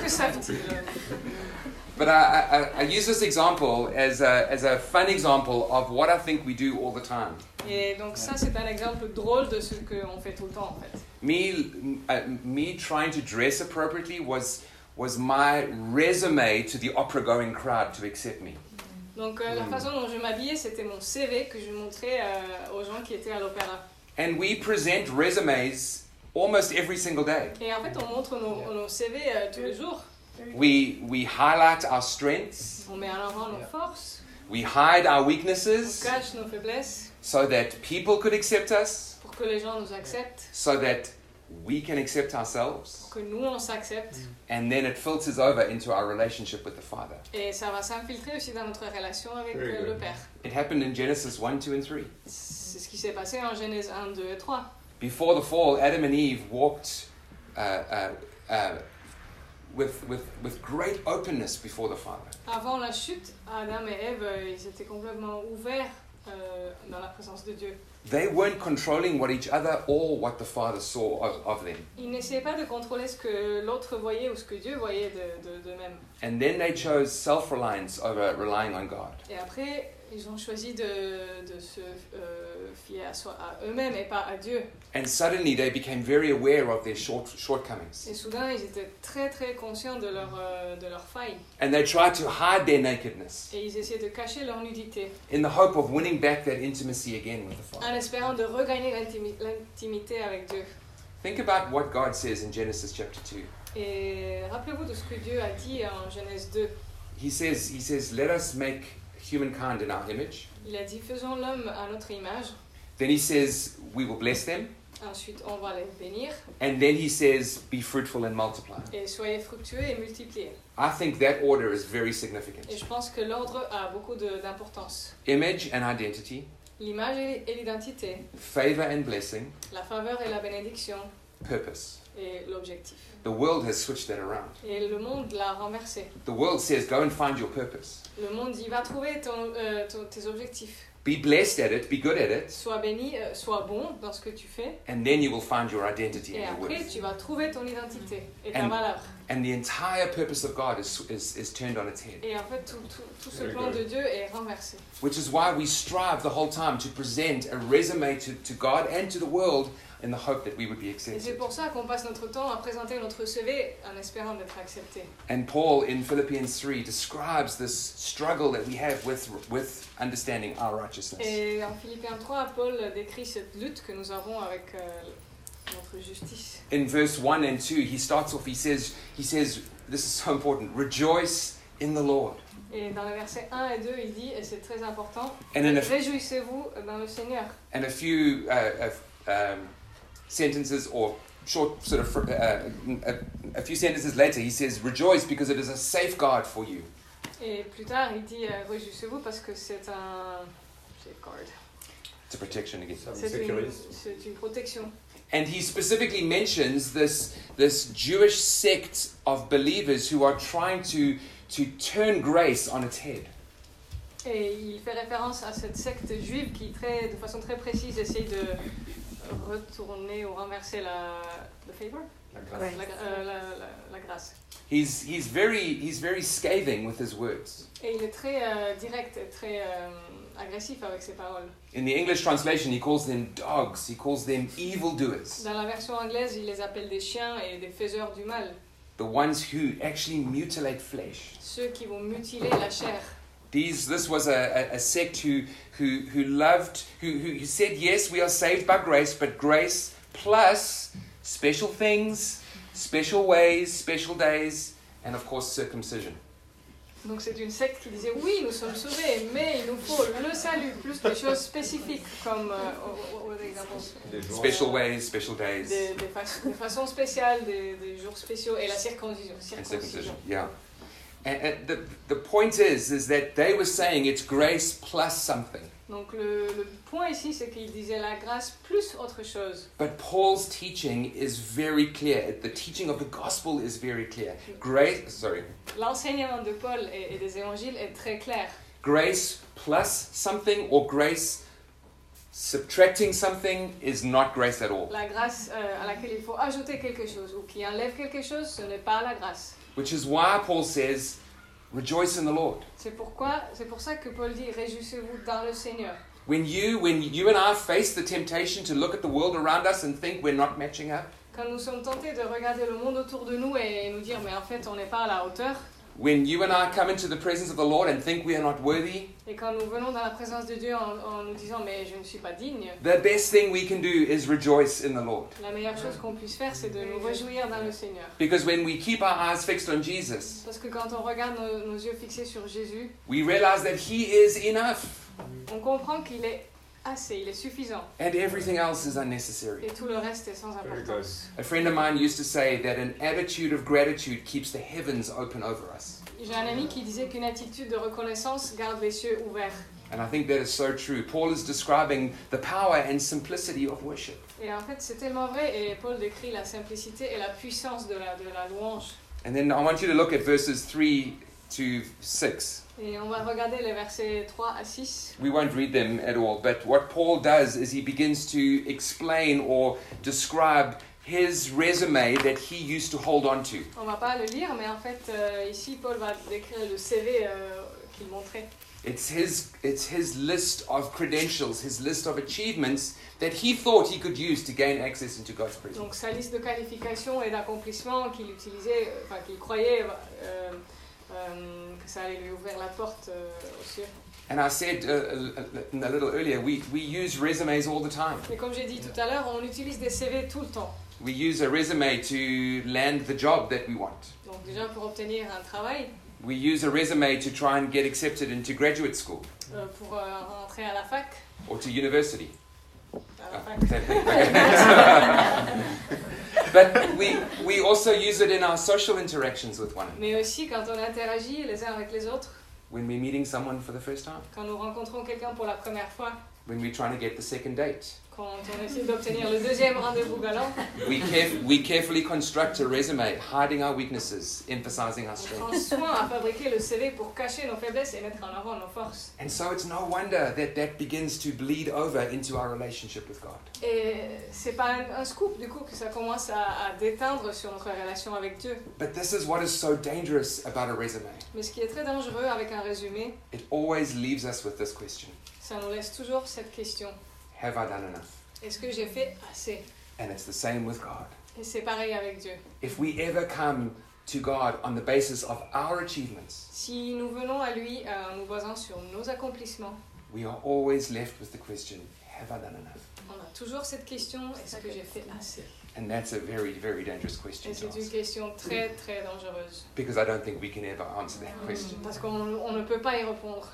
que savent-ils But I, I, I- I use this example as a, as a fun example of what I think we do all the time. Et donc ça c'est un exemple drôle de ce qu'on fait tout le temps en fait. Me, uh, me trying to dress appropriately was, was my resume to the opera going crowd to accept me. Donc euh, la façon dont je m'habillais c'était mon CV que je montrais euh, aux gens qui étaient à l'opéra. And we present resumes almost every single day. Et en fait on montre nos, nos CV euh, tous les jours. We, we highlight our strengths, On met en avant nos forces, we hide our on weaknesses cache nos faiblesses so that people could accept us, pour que les gens nous acceptent. so that we can accept ourselves. que nous on s'accepte And then it filters over into our relationship with the Father. et ça va s'infiltrer aussi dans notre relation avec Very euh, good. le Père. It happened in Genesis 1, 2, and 3. C'est ce qui s'est passé en Genèse 1, 2 et 3. Before the fall, Adam and Eve walked uh, uh, uh, with, with, with great openness before the Father. Avant la chute, Adam et Ève, euh, ils étaient complètement ouverts euh, dans la présence de Dieu. They weren't controlling what each other or what the Father saw of, of them. Ils n'essayaient pas de contrôler ce que l'autre voyait ou ce que Dieu voyait de, de, même. And then they chose self reliance over relying on God. Et après, ils ont choisi de, de se euh, fier à, soi- à eux-mêmes et pas à Dieu. And suddenly they became very aware of their short, shortcomings. Et soudain, ils étaient très très conscients de leur, euh, de leur faille. And they tried to hide their nakedness Et ils essayaient de cacher leur nudité. in the hope of winning back that intimacy again with the Father. en espérant de regagner l'intimi- l'intimité avec Dieu. Think about what God says in Genesis chapter 2. Et rappelez-vous de ce que Dieu a dit en Genèse 2. He says, he says, let us make humankind in our image. Il a dit faisons l'homme à notre image, Then he says, we will bless them. ensuite on va les bénir, And then he says, be fruitful and multiply. et soyez fructueux et multipliés. I think that order is very Et significant. je pense que l'ordre a beaucoup de- d'importance. Image and identity, L'image et et l'identité, favor and blessing, la faveur et la bénédiction, purpose. et l'objectif. The world has switched that around. Et le monde l'a renversé. The world says, go and find your purpose. Le monde dit va trouver ton, euh, ton- tes objectifs. Be blessed at it, be good at it, Sois béni, euh, sois bon dans ce que tu fais, and then you will find your identity et and your après worth. tu vas trouver ton identité et ta And- valeur. And the entire purpose of God is, is, is turned on its head, Et en fait, tout, tout- tout ce Very plan good. de Dieu est renversé. which is why we strive the whole time to present a resume to, to God and to the world in the hope that we would be Et c'est accepted. pour ça qu'on passe notre temps à présenter notre CV en espérant d'être accepté. And Paul in Philippians 3 describes this struggle that we have with, with Eh. understanding our righteousness. Et en Philippiens 3, Paul décrit cette lutte que nous avons avec euh, notre justice. In verse 1 and 2, he starts off, he says, he says, this is so important, rejoice in the Lord. Et dans les versets 1 et 2, il dit, et c'est très important, And in a, Euh, Réjouissez-vous dans le Seigneur. and a few uh, uh, um, sentences or short sort of fr- uh, a, a few sentences later, he says, rejoice because it is a safeguard for you. Et plus tard, il dit euh, Réjouissez-vous parce que c'est un. C'est card. It's a protection against. Ça Ah, vous C'est une, sécurise. c'est une protection. And he specifically mentions this, this Jewish sect of believers who are trying to, to turn grace on its head. Et il fait référence à cette secte juive qui, très, de façon très précise, essaye de retourner ou renverser la, le favor, La grâce. Ouais. la, euh, la- la- la grâce. He's, he's, very, he's very scathing with his words. Et il est très euh, direct et très euh, agressif avec ses paroles. In the English translation, he calls them dogs, he calls them evildoers, Dans la version anglaise, il les appelle des chiens et des faiseurs du mal, the ones who actually mutilate flesh. ceux qui vont mutiler la chair. These, this was a, a, a sect who, who, who loved, who, who, who said, yes, we are saved by grace, but grace plus special things, special ways, special days, and of course, circumcision. Donc c'est une secte qui disait oui, nous sommes sauvés, mais il nous faut le salut, plus des choses spécifiques comme euh, au- au- aux exemples, Des jours. Special ways, special days, des, des fa- des façons spéciales, des, des jours spéciaux et la circoncision. and circoncision. circumcision. Yeah. And, and the, the point is, is that they were saying it's grace plus something. Donc le, le point ici, c'est qu'il disait la grâce plus autre chose. But Paul's teaching is very clear. The teaching of the gospel is very clear. Grace, sorry, L'enseignement de Paul et, et des évangiles est très clair. grace plus something or grace subtracting something is not grace at all, La grâce euh, à laquelle il faut ajouter quelque chose ou qui enlève quelque chose, ce n'est pas la grâce. which is why Paul says, rejoice in the Lord. C'est pourquoi, c'est pour ça que Paul dit réjouissez-vous dans le Seigneur. When you, when you and I face the temptation to look at the world around us and think we're not matching up, Quand nous sommes tentés de regarder le monde autour de nous et nous dire mais en fait on n'est pas à la hauteur, when you and I come into the presence of the Lord and think we are not worthy, et quand nous venons dans la présence de Dieu en, en nous disant mais je ne suis pas digne, the best thing we can do is rejoice in the Lord. la meilleure chose qu'on puisse faire c'est de nous réjouir dans le Seigneur. Because when we keep our eyes fixed on Jesus, Parce que quand on regarde nos, nos yeux fixés sur Jésus, we realize that He is enough on comprend qu'il est assez, il est suffisant, and everything else is unnecessary. et tout le reste est sans Very importance. A friend of mine used to say that an attitude of gratitude keeps the heavens open over us. J'ai un ami qui disait qu'une attitude de reconnaissance garde les cieux ouverts. And I think that is so true. Paul is describing the power and simplicity of worship. Et en fait c'est tellement vrai, et Paul décrit la simplicité et la puissance de la, de la louange. And then I want you to look at verses 3 to 6. Et on va regarder les versets 3 à 6. We won't read them at all, but what Paul does is he begins to explain or describe his resume that he used to hold on to. On va pas le lire, mais en fait, euh, ici, Paul va décrire le CV euh, qu'il montrait. It's his, it's his list of credentials, his list of achievements that he thought he could use to gain access into God's presence. Donc, sa liste de qualifications et d'accomplissements qu'il utilisait, euh, enfin, qu'il croyait euh, euh, que ça allait lui ouvrir la porte euh, au ciel. And I said uh, a, a little earlier, we, we use resumes all the time. Mais comme j'ai dit tout à l'heure, on utilise des CV tout le temps. We use a resume to land the job that we want. Donc, déjà pour obtenir un travail, We use a resume to try and get accepted into graduate school euh, pour euh, rentrer à la fac. or to university. À Ah, la fac. same thing, okay. but we, we also use it in our social interactions with one another. Mais aussi quand on interagit les uns avec les autres, When we're meeting someone for the first time, quand nous rencontrons quelqu'un pour la première fois, when we're trying to get the second date. quand on essaie d'obtenir le deuxième rendez-vous galant. We, caref- we carefully construct a resume, hiding our weaknesses, emphasizing our On strengths. prend soin à fabriquer le CV pour cacher nos faiblesses et mettre en avant nos forces. And so it's no wonder that that begins to bleed over into our relationship with God. Et c'est pas un, un scoop du coup que ça commence à, à déteindre sur notre relation avec Dieu. But this is what is so dangerous about a resume. Mais ce qui est très dangereux avec un résumé, It always leaves us with this question ça nous laisse toujours cette question Have I done enough? est-ce que j'ai fait assez And it's the same with God. Et c'est pareil avec Dieu. If we ever come to God on the basis of our achievements, Si nous venons à lui euh, en nous basant sur nos accomplissements, we are always left with the question Have Have I done enough? On a toujours cette question, est-ce que j'ai fait assez And that's a very, very dangerous question Et to c'est une ask question très très dangereuse. because I don't think we can ever answer that question. Parce qu'on on ne peut pas y répondre.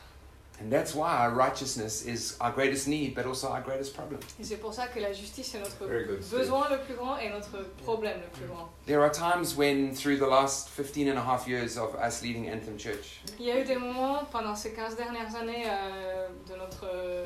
And that's why our righteousness is our greatest need, but also our greatest problem. Et c'est pour ça que la justice est notre Very good, Steve. besoin le plus grand et notre problème le plus grand. There are times when, through the last 15 and a half years of us leading Anthem Church, Il y a eu des moments pendant ces 15 dernières années euh, de notre euh,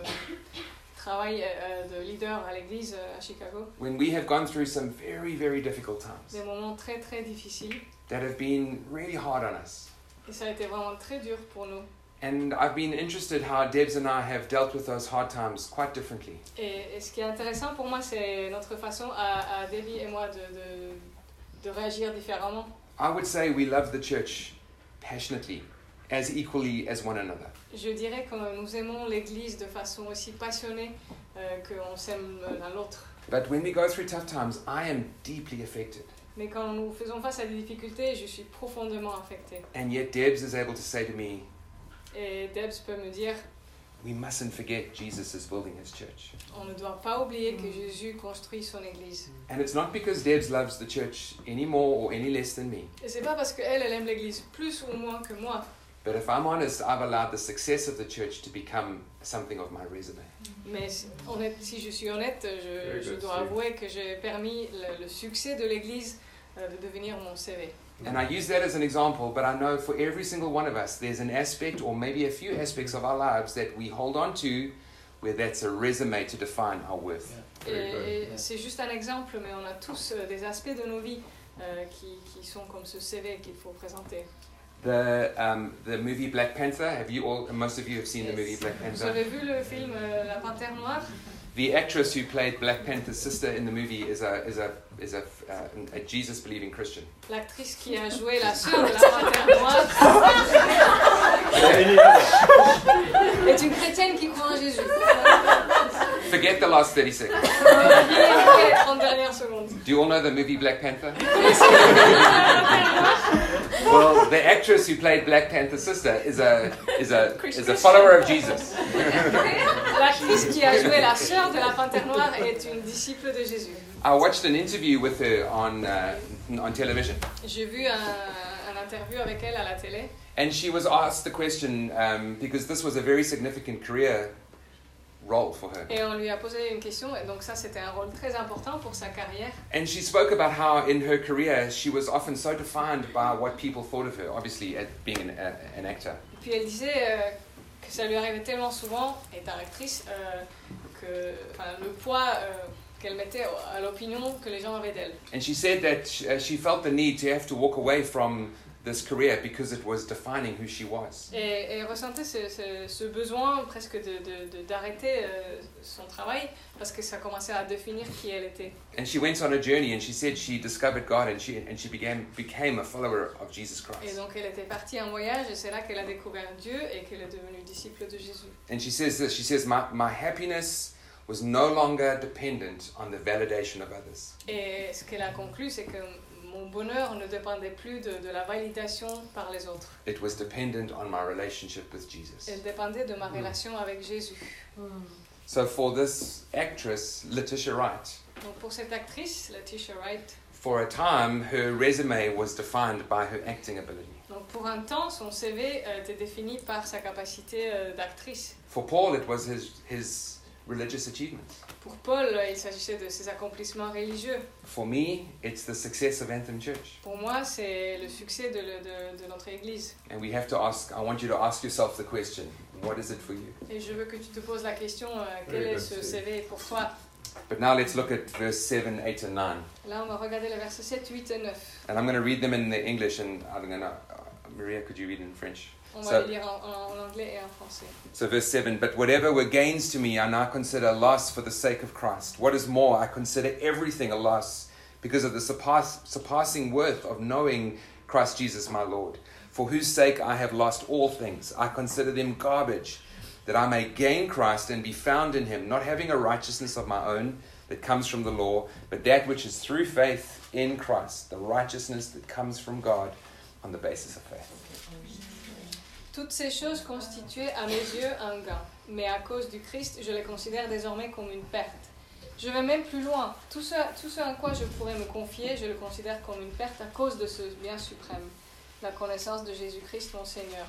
travail euh, de leader à l'église euh, à Chicago, when we have gone through some very, very difficult times des moments très très difficiles. that have been really hard on us. Et ça a été vraiment très dur pour nous. And I've been interested how Debs and I have dealt with those hard times quite differently. Et, et ce qui est intéressant pour moi, c'est notre façon à, à Debbie et moi de, de, de réagir différemment. I would say we love the church passionately, as equally as one another. Je dirais que nous aimons l'Église de façon aussi passionnée euh, qu'on s'aime l'un l'autre. But when we go through tough times, I am deeply affected. Mais quand nous faisons face à des difficultés, je suis profondément affectée. And yet Debs is able to say to me, Et Debs peut me dire, we mustn't forget Jesus is building his church. on ne doit pas oublier que Jésus construit son Église. And it's not because Debs loves the church any more or any less than me. Et c'est pas parce qu'elle, elle aime l'Église plus ou moins que moi. But if I'm honest, I've allowed the success of the church to become something of my resume. Mais si- honnête- si je suis honnête, je, Very je good, dois Steve. avouer que j'ai permis le, le succès de l'Église euh, de devenir mon CV. And I use that as an example, but I know for every single one of us, there's an aspect or maybe a few aspects of our lives that we hold on to where that's a resume to define our worth. Et, Very good. et c'est juste un exemple, mais on a tous euh, des aspects de nos vies euh, qui, qui sont comme ce CV qu'il faut présenter. The, um, the movie Black Panther, have you all, most of you have seen the Yes. movie Black Vous Panther? avez vu le film euh, La Panthère Noire The actress who played Black Panther's sister in the movie is a, is a, is a, uh, a Jesus believing Christian. L'actrice qui a joué la sœur de La Panthère Noire Any other? est une chrétienne qui croit en Jésus. Forget the last 30 seconds. Il est les 30 dernières secondes. Do you all know the movie Black Panther? well, the actress who played Black Panther's sister is a, is a, is a follower of Jesus. L'actrice qui a joué la sœur de La Panthère Noire est une disciple de Jésus. I watched an interview with her on, uh, on television, J'ai vu un, un interview avec elle à la télé. and she was asked the question um, because this was a very significant career role for her. Et on lui a posé une question, et donc ça c'était un rôle très important pour sa carrière. And she spoke about how in her career she was often so defined by what people thought of her, obviously, as being an, a, an actor. Puis elle disait euh, que ça lui arrivait tellement souvent, étant actrice, euh, que enfin, le poids euh, qu'elle mettait à l'opinion que les gens avaient d'elle. And she said that sh- uh, she felt the need to have to walk away from this career because it was defining who she was. Et, et elle ressentait ce, ce- ce besoin presque de- de- de- d'arrêter euh, son travail parce que ça commençait à définir qui elle était. And she went on a journey and she said she discovered God and she, and she began, became a follower of Jesus Et Christ. donc elle était partie en voyage et c'est là qu'elle a découvert Dieu et qu'elle est devenue disciple de Jésus. And she says this she says, My, my happiness was no longer dependent on the validation of others. Et ce qu'elle a conclu, c'est que mon bonheur ne dépendait plus de, de la validation par les autres. It was dependent on my relationship with Jesus. Elle dépendait de ma relation avec Jésus. So for this actress, Letitia Wright, Donc pour cette actrice, Letitia Wright, for a time her resume was defined by her acting ability. donc pour un temps, son CV euh, était défini par sa capacité euh, d'actrice. For Paul, it was his, his religious achievements. Pour Paul, euh, il s'agissait de ses accomplissements religieux. For me, it's the success of Anthem Church. Pour moi, c'est le succès de, le- de- de notre Église. And we have to ask, I want you to ask yourself the question what is it for you? Et je veux que tu te poses la question, euh, quel Oui, est bah, ce c'est- CV pour toi But now let's look at verse 7, 8, and 9. Là, on va regarder les versets 7, 8 et 9. And I'm going to read them in the English, and I'm going to. Uh, Maria, could you read in French? On va Ça- les lire en- en- en anglais et en français. So, verse 7 But whatever were gains to me, I now consider loss for the sake of Christ. What is more, I consider everything a loss because of the surpass- surpassing worth of knowing Christ Jesus my Lord, for whose sake I have lost all things. I consider them garbage, that I may gain Christ and be found in him, not having a righteousness of my own that comes from the law, but that which is through faith in Christ, the righteousness that comes from God on the basis of faith. Toutes ces choses constituaient à mes yeux un gain, mais à cause du Christ, je les considère désormais comme une perte. Je vais même plus loin. Tout ce, tout ce en quoi je pourrais me confier, je le considère comme une perte à cause de ce bien suprême, la connaissance de Jésus-Christ mon Seigneur.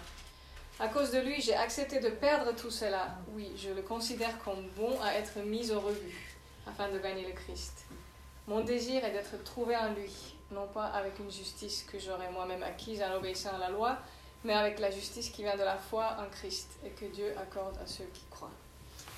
À cause de lui, j'ai accepté de perdre tout cela. Oui, je le considère comme bon à être mis au rebut, afin de gagner le Christ. Mon désir est d'être trouvé en lui, non pas avec une justice que j'aurais moi-même acquise en obéissant à la loi, mais avec la justice qui vient de la foi en Christ et que Dieu accorde à ceux qui croient.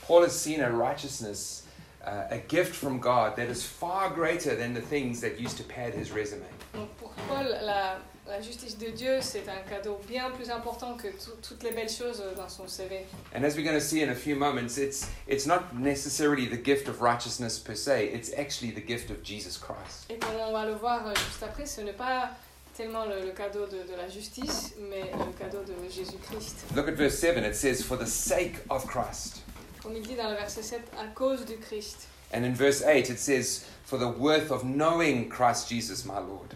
Paul has seen a righteousness, uh, a gift from God that is far greater than the things that used to pad his resume. Donc pour Paul, la, la justice de Dieu, c'est un cadeau bien plus important que tout- toutes les belles choses dans son CV. And as we're going to see in a few moments, it's, it's not necessarily the gift of righteousness per se, it's actually the gift of Jesus Christ. Et comme on va le voir euh, juste après, ce n'est pas tellement le, le cadeau de, de la justice, mais le cadeau de Jésus-Christ. Look at verse 7, it says, For the sake of Christ. Comme il dit dans le verset 7, à cause du Christ. And in verse 8, it says, For the worth of knowing Christ Jesus, my Lord.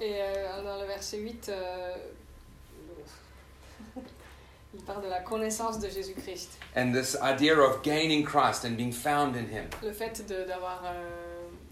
Et euh, dans le verset 8, euh, il parle de la connaissance de Jésus-Christ. And this idea of gaining Christ and being found in him. Le fait de- d'avoir euh,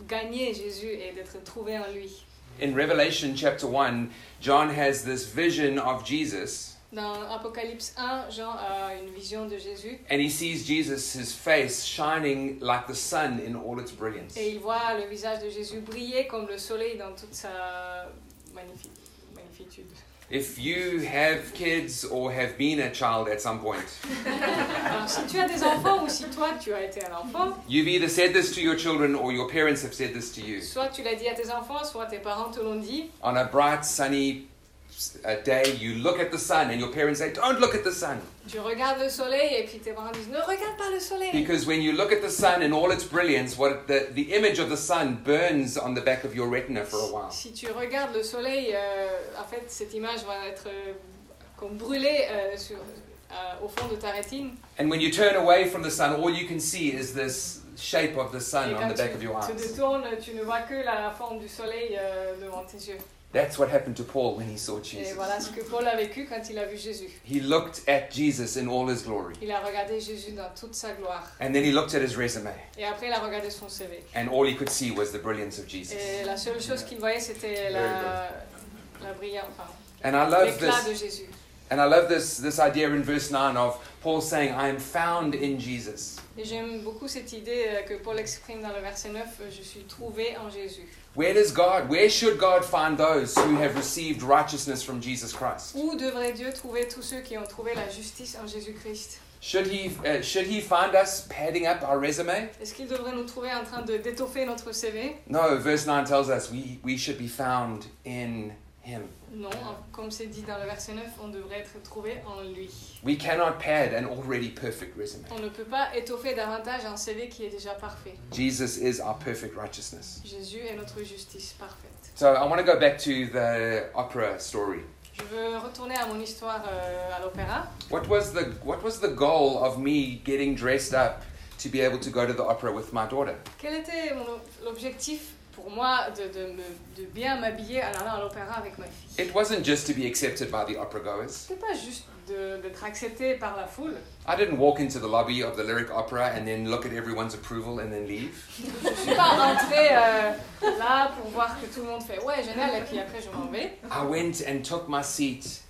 gagné Jésus et d'être trouvé en lui. In Revelation chapter 1, John has this vision of Jesus, Dans Apocalypse 1, Jean a une vision de Jésus and he sees Jesus, his face shining like the sun in all its brilliance. et il voit le visage de Jésus briller comme le soleil dans toute sa magnifi- magnificitude. If you have kids or have been a child at some point, Alors, si tu as des enfants ou si toi tu as été un enfant, you've either said this to your children or your parents have said this to you. soit tu l'as dit à tes enfants, soit tes parents te l'ont dit. On a bright, sunny uh, day, you look at the sun, and your parents say, Don't look at the sun. Tu regardes le soleil et puis tes parents disent ne regarde pas le soleil. Because when you look at the sun in all its brilliance, what the, the image of the sun burns on the back of your retina for a while. Si tu regardes le soleil, euh, en fait cette image va être euh, comme brûlée euh, sur- euh, au fond de ta rétine. And when you turn away from the sun, all you can see is this shape of the sun et on quand the tu back of your te eyes. détournes, tu ne vois que la forme du soleil euh, devant tes yeux. That's what happened to Paul when he saw Et Jesus. voilà ce que Paul a vécu quand il a vu Jésus. He looked at Jesus in all his glory. Il a regardé Jésus dans toute sa gloire. And then he looked at his resume, Et après, il a regardé son CV. and all he could see was the brilliance of Jesus. Et la seule chose qu'il voyait, c'était la, la brillance, enfin, And I love l'éclat this. de Jésus. And I love this this idea in verse nine of Paul saying, "I am found in Jesus." Et j'aime beaucoup cette idée euh, que Paul exprime dans le verset 9, euh, je suis trouvé en Jésus. Where does God? Where should God find those who have received righteousness from Jesus Christ? Où devrait Dieu trouver tous ceux qui ont trouvé la justice en Jésus-Christ Should he uh, should he find us padding up our resume? Est-ce qu'il devrait nous trouver en train de d'étoffer notre CV No, verse 9 tells us we, we should be found in him. Non, hein, comme c'est dit dans le verset 9, on devrait être trouvé en lui. We cannot pad an already perfect resume. On ne peut pas étoffer davantage un CV qui est déjà parfait. Jesus is our perfect righteousness. Jésus est notre justice parfaite. So I want to go back to the opera story. Je veux retourner à mon histoire euh, à l'opéra. What was the what was the goal of me getting dressed up to be able to go to the opera with my daughter? Quel était mon ob- l'objectif pour moi de, de, me- de bien m'habiller en allant à l'opéra avec ma fille It wasn't just to be accepted by the opera goers. C'était pas juste de- d'être acceptée par la foule. I didn't walk into the lobby of the Lyric Opera and then look at everyone's approval and then leave. Je suis pas rentrée euh, là pour voir que tout le monde fait ouais génial et puis après je m'en vais. I went and took my seat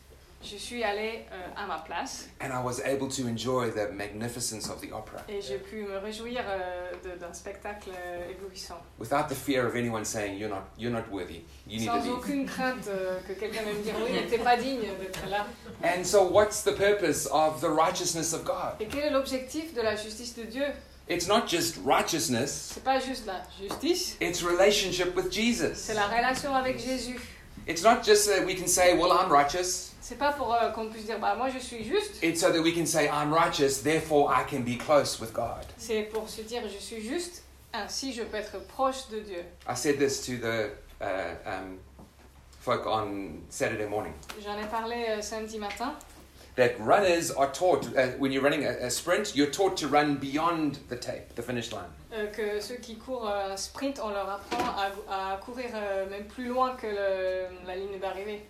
Je suis allée euh, à ma place and I was able to enjoy the magnificence of the opera. et j'ai pu me réjouir euh, de- d'un spectacle euh, éblouissant. without the fear of anyone saying you're not you're not worthy you need Sans to leave aucune crainte euh, que quelqu'un va me dire oui, t'es pas digne d'être là. and so what's the purpose of the righteousness of god Et quel est l'objectif de la justice de Dieu it's not just righteousness C'est pas juste la justice, it's relationship with jesus c'est la relation avec Jésus. it's not just that we can say well i'm righteous C'est pas pour euh, qu'on puisse dire bah moi je suis juste. it's so that we can say i'm righteous therefore i can be close with god C'est pour se dire je suis juste, ainsi je peux être proche de Dieu. i said this to the uh, um, folk on saturday morning J'en ai parlé euh, samedi matin. that runners are taught uh, when you're running a, a sprint you're taught to run beyond the tape the finish line euh, que ceux qui courent euh, un sprint, on leur apprend à, à courir euh, même plus loin que le- la ligne d'arrivée.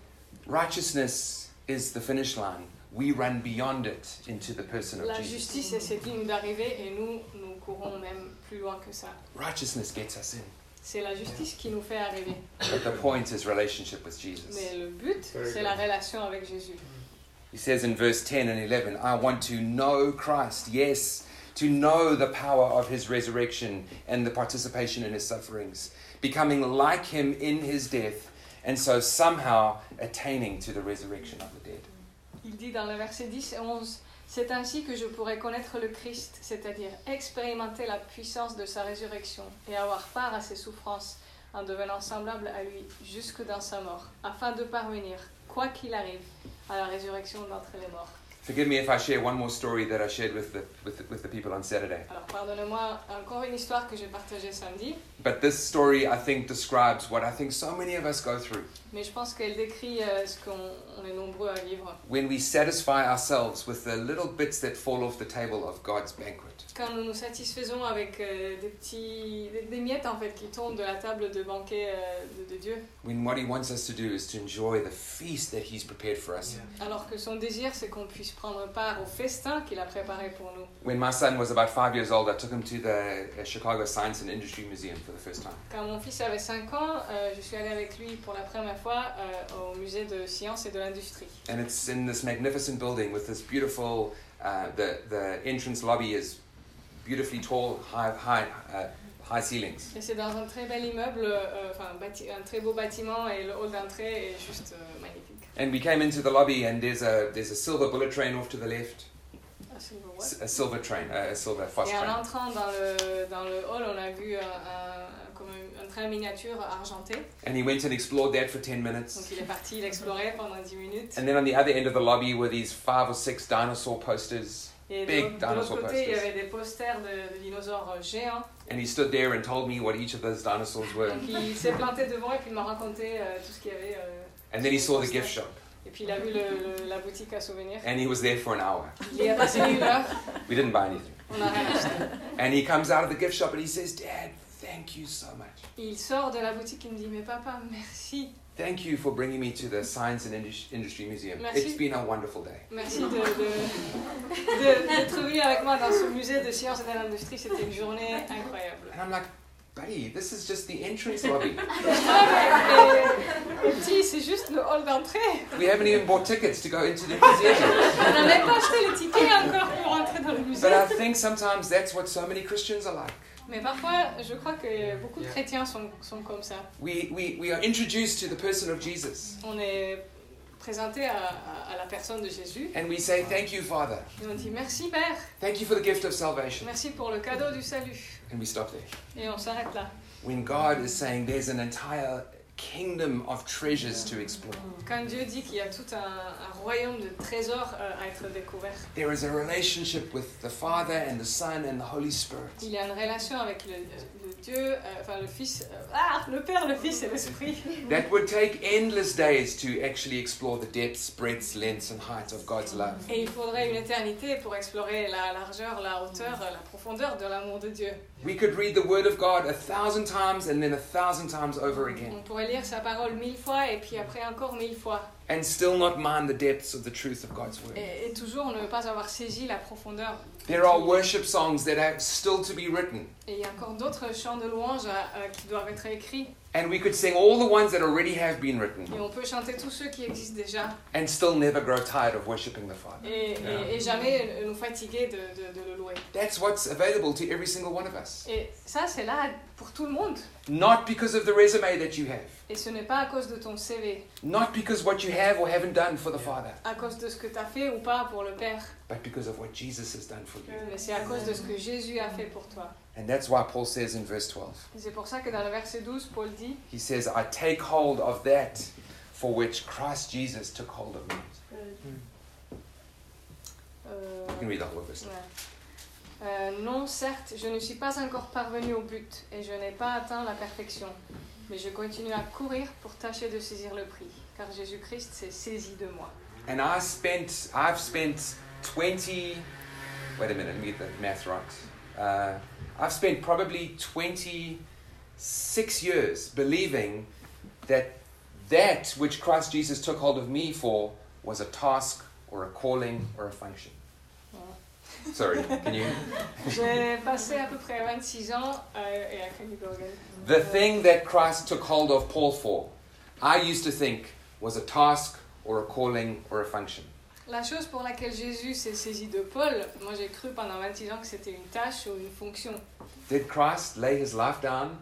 Righteousness is the finish line. we run beyond it into the person of La Jesus. justice essaie de nous d'arriver et nous, nous courons même plus loin que ça. Righteousness gets us in. C'est la justice qui nous fait arriver. But the point is relationship with Jesus. Mais le but, Very c'est good. la relation avec Jésus. He says in verse 10 and 11, I want to know Christ, yes, to know the power of his resurrection and the participation in his sufferings, becoming like him in his death, and so somehow attaining to the resurrection of the dead. Il dit dans le verset 10 et 11, C'est ainsi que je pourrai connaître le Christ, c'est-à-dire expérimenter la puissance de sa résurrection et avoir part à ses souffrances en devenant semblable à lui jusque dans sa mort, afin de parvenir, quoi qu'il arrive, à la résurrection d'entre les morts. Forgive me if I share one more story that I shared with the, with the, with the people on Saturday. Alors pardonnez-moi encore une histoire que j'ai partagée samedi, But this story, I think, describes what I think so many of us go through mais je pense qu'elle décrit euh, ce qu'on on est nombreux à vivre. when we satisfy ourselves with the little bits that fall off the table of God's banquet. Quand nous nous satisfaisons avec euh, des petits, des, des miettes en fait qui tombent de la table de banquet euh, de- de Dieu, When what He wants us to do is to enjoy the feast that He's prepared for us. Alors que son désir, c'est qu'on puisse prendre part au festin qu'il a préparé pour nous. When my son was about five years old, I took him to the uh, Chicago Science and Industry Museum for the first time. Quand mon fils avait 5 ans, euh, je suis allée avec lui pour la première fois euh, au musée de sciences et de l'industrie. And it's in this magnificent building with this beautiful, uh, the, the entrance lobby is beautifully tall, high, high, uh, high ceilings. Et c'est dans un très bel immeuble, euh, enfin un bâti- un très beau bâtiment et le hall d'entrée est juste euh, magnifique. And we came into the lobby, and there's a, there's a silver bullet train off to the left, Ah, c'est le S- a silver train, uh, a silver roi. fast Et en train. entrant dans le, dans le hall, on a vu un, un- comme un- un train miniature argenté. And he went and explored that for 10 Donc minutes. il est parti, il explorait pendant 10 minutes. And then on the other end of the lobby were these five or six dinosaur posters. Et de Big l'autre- de l'autre dinosaur côté, il y posters. avait des posters de- de dinosaures géants. And he stood there and told me what each of those dinosaurs were. Donc il s'est planté devant et puis il m'a raconté euh, tout ce qu'il y avait. euh, And then he saw the gift shop. et puis il a vu le- le- la boutique à souvenirs. And he was there for an hour. Il y a passé une heure, We didn't buy anything. on a rien acheté. And he comes out of the gift shop and he says, Dad, thank you so much. Il sort de la boutique, il me dit Mais papa, merci. Thank you for bringing me to the Science and Indus- Industry Museum. Merci. It's been a wonderful day. Merci de- de- de- d'être venu avec moi dans ce musée de sciences et de l'industrie. C'était une journée incroyable. And I'm like, buddy, this is just the entrance lobby. Ouais, mais- mais petit, c'est juste le hall d'entrée. We haven't even bought tickets to go into the museum. On n'a même pas acheté les tickets encore pour entrer dans le musée. But I think sometimes that's what so many Christians are like. Mais parfois, je crois que beaucoup de chrétiens sont, sont comme ça. We, we, we are introduced to the person of Jesus On est présenté à, à- à la personne de Jésus and we say, Thank you, Father. et on dit merci Père, Thank you for the gift of salvation. merci pour le cadeau du salut. And we stop there. Et on s'arrête là. When God is saying there's an entire kingdom of treasures to explore. Quand Dieu dit qu'il y a tout un, un royaume de trésors euh, à être découvert, There is a relationship with the Father and the Son and the Holy Spirit. il y a une relation avec le, le Dieu, euh, enfin le Fils, euh, ah, le Père, le Fils et l'Esprit. That would take endless days to actually explore the depths, breadths, lengths, and heights of God's love. Et il faudrait une éternité pour explorer la largeur, la hauteur, euh, la profondeur de l'amour de Dieu. We could read the Word of God a thousand times and then a thousand times over again On pourrait lire sa parole mille fois et puis après encore mille fois. and still not mind the depths of the truth of God's Word. Et, et toujours ne pas avoir saisi la profondeur There are worship songs that are still to be written, Et il y a encore d'autres chants de louanges à- à- qui doivent être écrits. and we could sing all the ones that already have been Et written on peut chanter tous ceux qui existent déjà. and still never grow tired of worshiping the Father. Et, et- et jamais nous fatiguer de, de- de le louer. That's what's available to every single one of us. Et ça, c'est là pour tout le monde. Not because of the resume that you have. Et ce n'est pas à cause de ton CV, Not because what you have or haven't done for the Father, à cause de ce que tu as fait ou pas pour le Père, but because of what Jesus has done for you. mais c'est à cause de ce que Jésus a fait pour toi. And that's why Paul says in verse 12, Et C'est pour ça que dans le verset 12, Paul dit he says, I take hold of that for which Christ Jesus took hold of me. euh, You can read the whole verse. Ouais. Euh, non, certes, je ne suis pas encore parvenu au but et je n'ai pas atteint la perfection, mais je continue à courir pour tâcher de saisir le prix, car Jésus-Christ s'est saisi de moi. And I spent, I've spent 20, wait a minute, let me get the math right. Uh, I've spent probably 26 years believing that that which Christ Jesus took hold of me for was a task or a calling or a function. Sorry, can you? J'ai passé à peu près 26 ans euh, et à Kaliborgen. The thing that Christ took hold of Paul for, I used to think was a task or a calling or a function. La chose pour laquelle Jésus s'est saisi de Paul, moi j'ai cru pendant 26 ans que c'était une tâche ou une fonction. Did Christ lay his life down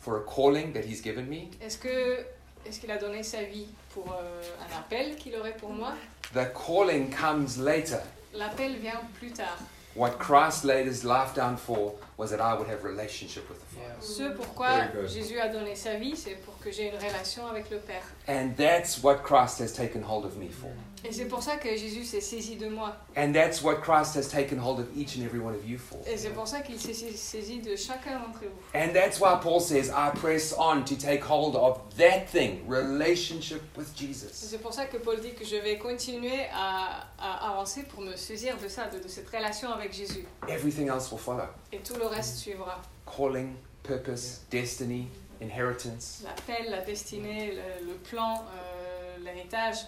for a calling that he's given me? Est-ce que est-ce qu'il a donné sa vie pour euh, un appel qu'il aurait pour moi The calling comes later. L'appel vient plus tard. What Christ laid his life down for was that I would have relationship with the Father. Ce pourquoi Very good. Jésus a donné sa vie, c'est pour que j'ai une relation avec le Père. And that's what Christ has taken hold of me for. Et c'est pour ça que Jésus s'est saisi de moi. And that's what Christ has taken hold of each and every one of you for. Et c'est pour ça qu'il s'est saisi- saisi de chacun d'entre vous. And that's why Paul says, I press on to take hold of that thing, relationship with Et Jesus. C'est pour ça que Paul dit que je vais continuer à, à avancer pour me saisir de ça, de, de cette relation avec Jésus. Everything else will follow Et tout le reste suivra. calling, purpose, destiny, inheritance. L'appel, la destinée, le, le plan, euh, l'héritage.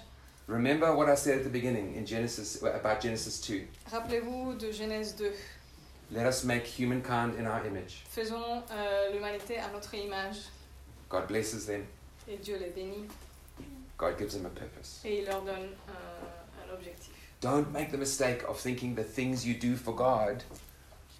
Remember what I said at the beginning in Genesis about Genesis 2. Rappelez-vous de Genèse 2. Let us make humankind in our image. Faisons euh, l'humanité à notre image. God blesses them. Et Dieu les bénit God gives them a purpose. et il leur donne un- un objectif. Don't make the mistake of thinking the things you do for God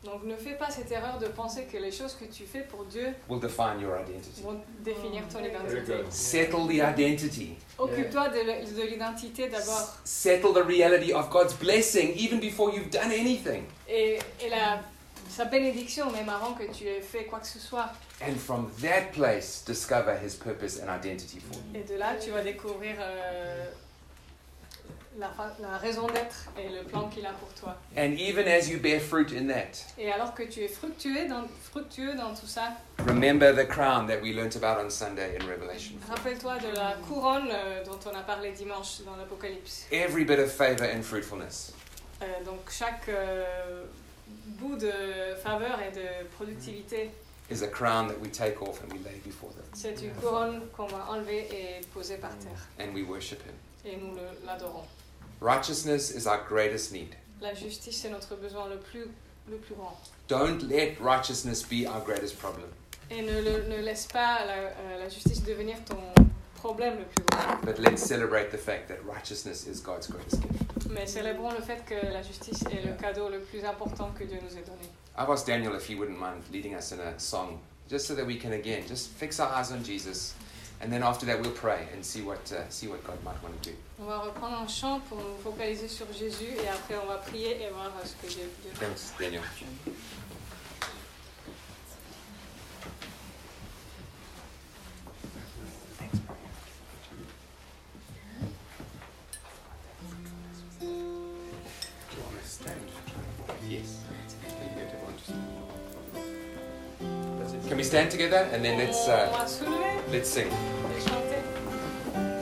Donc ne fais pas cette erreur de penser que les choses que tu fais pour Dieu will define your identity. vont définir ton Very identité. good. Settle the identity. Occupe-toi de, le- de l'identité d'abord. S- settle the reality of God's blessing even before you've done anything. Et, et la, sa bénédiction, même avant que tu aies fait quoi que ce soit. And from that place, discover His purpose and identity for you. Et de là, tu vas découvrir euh, la, fa- la raison d'être et le plan qu'il a pour toi. And even as you bear fruit in that, Et alors que tu es fructueux dans, fructueux dans tout ça, remember the crown that we learnt about on Sunday in Revelation. rappelle-toi de la couronne euh, dont on a parlé dimanche dans l'Apocalypse. Every bit of favor and fruitfulness. Euh, donc chaque euh, bout de faveur et de productivité is a crown that we take off and we lay before them C'est une couronne qu'on va enlever et poser par terre. and we worship him. Et nous le- l'adorons. Righteousness is our greatest need. La justice, c'est notre besoin le plus, le plus grand. Don't let righteousness be our greatest problem, Et ne, le- ne laisse pas la, euh, la justice devenir ton problème le plus grand. but let's celebrate the fact that righteousness is God's greatest gift. Mais célébrons le fait que la justice est le cadeau le plus important que Dieu nous ait donné. I've asked Daniel if he wouldn't mind leading us in a song just so that we can again just fix our eyes on Jesus and then after that we'll pray and see what uh, see what God might want to do. On va reprendre un chant pour nous focaliser sur Jésus et après on va prier et voir euh, ce que Dieu, Dieu fait. Thanks, Daniel. Yes. Can we stand together and then let's on uh, va soulever let's sing. et chanter.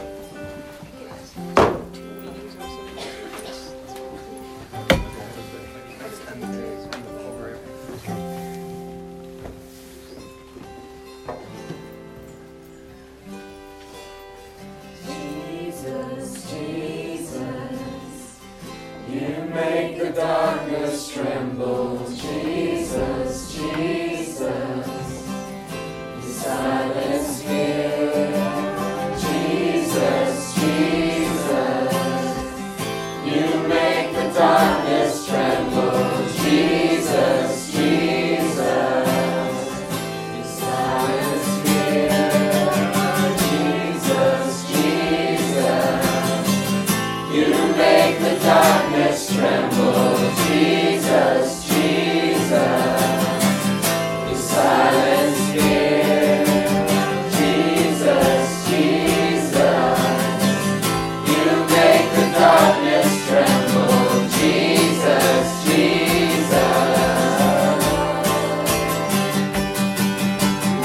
Jesus, Jesus, you make the darkness tremble. Jesus, Jesus, you silence fear. Jesus, Jesus, you make the darkness tremble. Jesus, Jesus, you silence fear. Jesus, Jesus, you make the darkness tremble. Jesus, Jesus, you silence fear. Jesus, Jesus, you make the darkness tremble. Jesus, Jesus,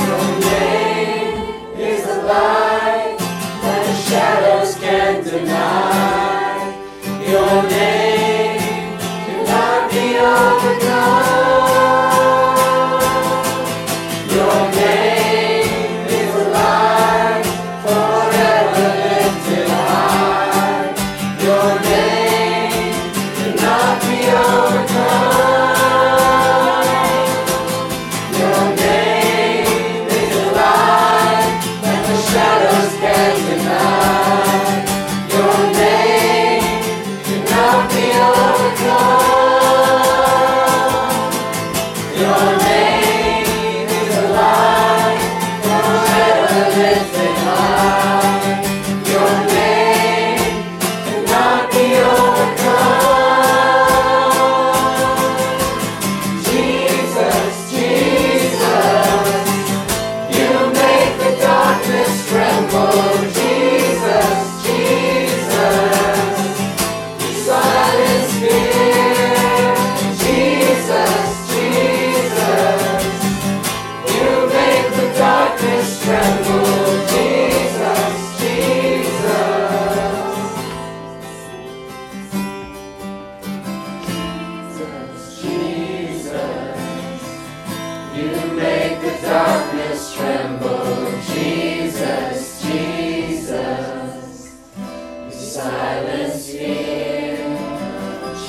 your name is the light that the shadows can deny. Your name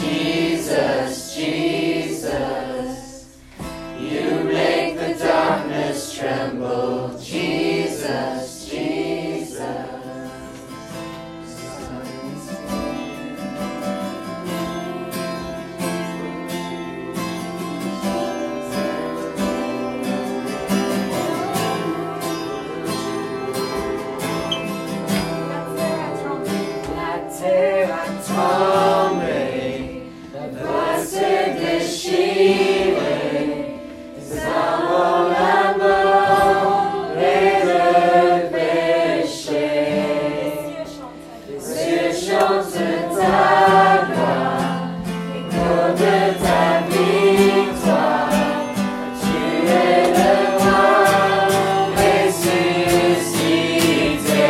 Jesus, Jesus. You make the darkness tremble, Jesus, Jesus. Tommy, blessed is she, Zamo Lamo, Rere Beshe, Sir Shonsen Tabra, Ikode Tabitwa, Chirele Wa, Resuscite.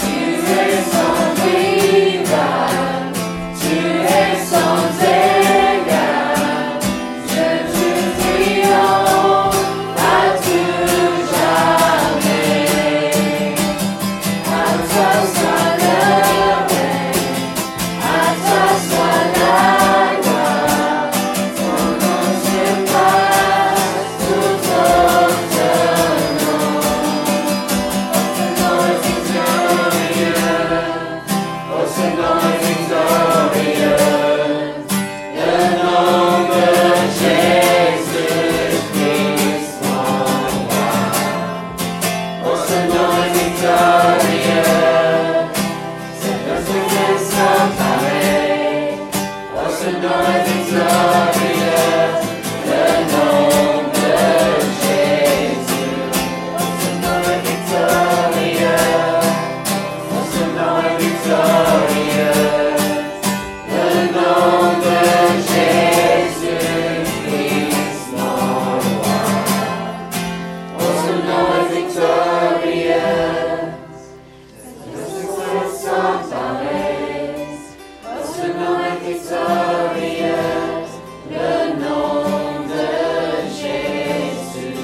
Jesus on viva, Jesus on zega, je te triomphe à tout jamais. À toi soit l'heure, à toi soit la gloire, ton nom surpasse tout autre nom. Seigneur est victorieux, ô Seigneur est victorieux, le nom de Jésus-Christ mon roi. Ô Seigneur est victorieux, c'est un succès sans pareil. Ô Seigneur est victorieux, le nom de Jésus. Seigneur victorieux, oh Seigneur victorieux, le nom de Jésus-Christ mon roi. Oh Seigneur victorieux, le succès sans pareil. Oh Seigneur victorieux, le nom de Jésus.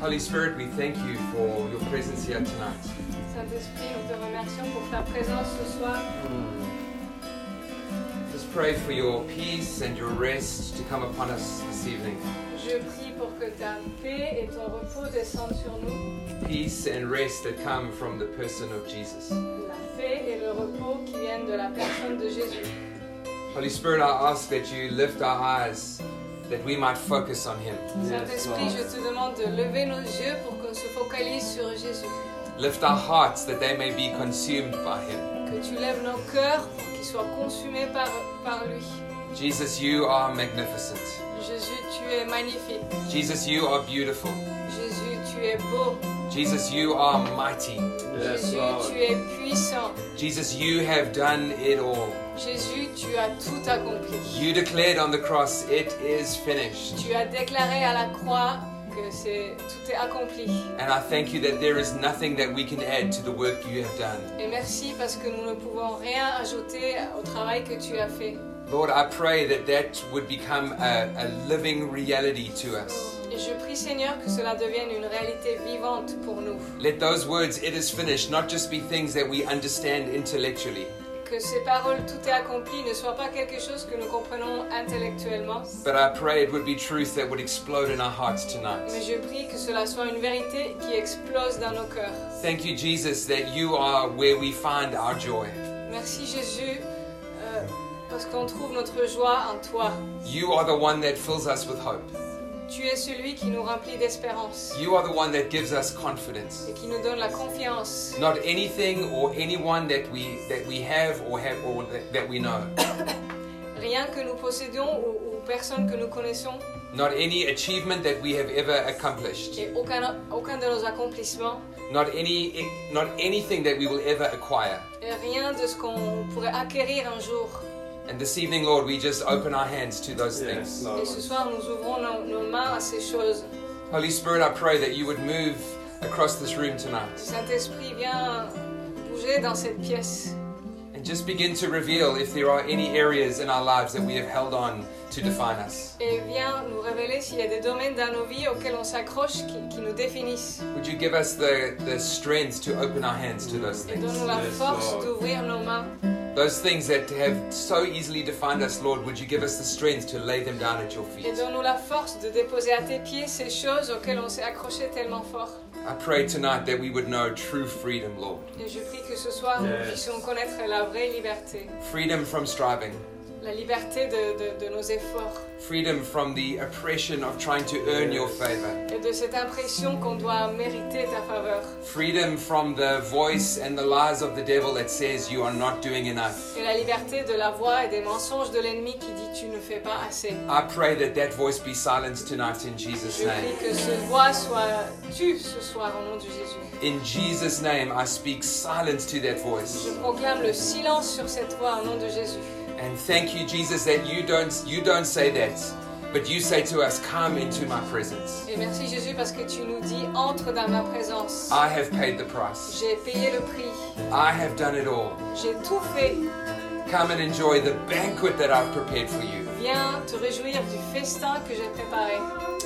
Holy Spirit, we thank you for your presence here tonight. Saint-Esprit, nous te remercions pour ta présence ce soir. Just pray for your peace and your rest to come upon us this evening. Je prie pour que ta paix et ton repos descendent sur nous. Peace and rest that come from the person of Jesus. La paix et le repos qui viennent de la personne de Jésus. Holy Spirit, I ask that you lift our eyes that we might focus on Him. Saint-Esprit, je te demande de lever nos yeux pour qu'on se focalise sur Jésus. Lift our hearts that they may be consumed by Him. Que tu lèves nos cœurs pour qu'ils soient consumés par, par lui. Jesus, you are magnificent. Jésus, tu es magnifique. Jesus, you are beautiful. Jésus, tu es beau. Jesus, you are mighty. Yes, Jésus, Lord. tu es puissant. Jesus, you have done it all. Jésus, tu as tout accompli. You declared on the cross, it is finished. Tu as déclaré à la croix que c'est tout est accompli. And I thank you that there is nothing that we can add to the work you have done. Et merci parce que nous ne pouvons rien ajouter au travail que tu as fait. Lord, I pray that that would become a, a living reality to us. Et je prie Seigneur que cela devienne une réalité vivante pour nous. Let those words, it is finished, not just be things that we understand intellectually, Que ces paroles tout est accompli ne soient pas quelque chose que nous comprenons intellectuellement, but I pray it would be truth that would explode in our hearts tonight. mais je prie que cela soit une vérité qui explose dans nos cœurs. Thank you, Jesus, that you are where we find our joy. Merci Jésus euh, parce qu'on trouve notre joie en toi. You are the one that fills us with hope. Tu es celui qui nous remplit d'espérance You are the one that gives us confidence. et qui nous donne la confiance. Not anything or anyone that we that we have or have or that, that we know, rien que nous possédons ou, ou personne que nous connaissons not any achievement that we have ever accomplished, et aucun, aucun de nos accomplissements not any not anything that we will ever acquire. et rien de ce qu'on pourrait acquérir un jour. And this evening, Lord, we just open our hands to those Yes, things. Et Lord. ce soir, nous ouvrons nos, nos mains à ces choses. Holy Spirit, I pray that you would move across this room tonight Saint-Esprit, viens bouger dans cette pièce and just begin to reveal if there are any areas in our lives that we have held on to define us. et viens nous révéler s'il y a des domaines dans nos vies auxquels on s'accroche qui, qui nous définissent. Would you give us the, the strength to open our hands to those Et things? donne-nous la Yes, force Lord. d'ouvrir nos mains. Those things that have so easily defined us, Lord, would you give us the strength to lay them down at your Et feet? donne-nous la force de déposer à tes pieds ces choses auxquelles on s'est accroché tellement fort. I pray tonight that we would know true freedom, Lord. Et je prie que ce soir, nous Yes. puissions connaître la vraie liberté. Freedom from striving, La liberté de, de- de nos efforts freedom from the oppression of trying to earn your favor, et de cette impression qu'on doit mériter ta faveur. freedom from the voice and the lies of the devil that says you are not doing enough. Et la liberté de la voix et des mensonges de l'ennemi qui dit tu ne fais pas assez. I pray that that voice be silenced tonight in Jesus' Je prie name. que ce voix soit tue ce soir au nom de Jésus. In Jesus' name, I speak silence to that voice. Je proclame le silence sur cette voix au nom de Jésus. And thank you, Jesus, that you don't you don't say that, but you say to us, "Come into my presence. Et merci Jésus parce que tu nous dis entre dans ma présence. I have paid the price. J'ai payé le prix. I have done it all. J'ai tout fait. Come and enjoy the banquet that I've prepared for you." Viens te réjouir du festin que j'ai préparé.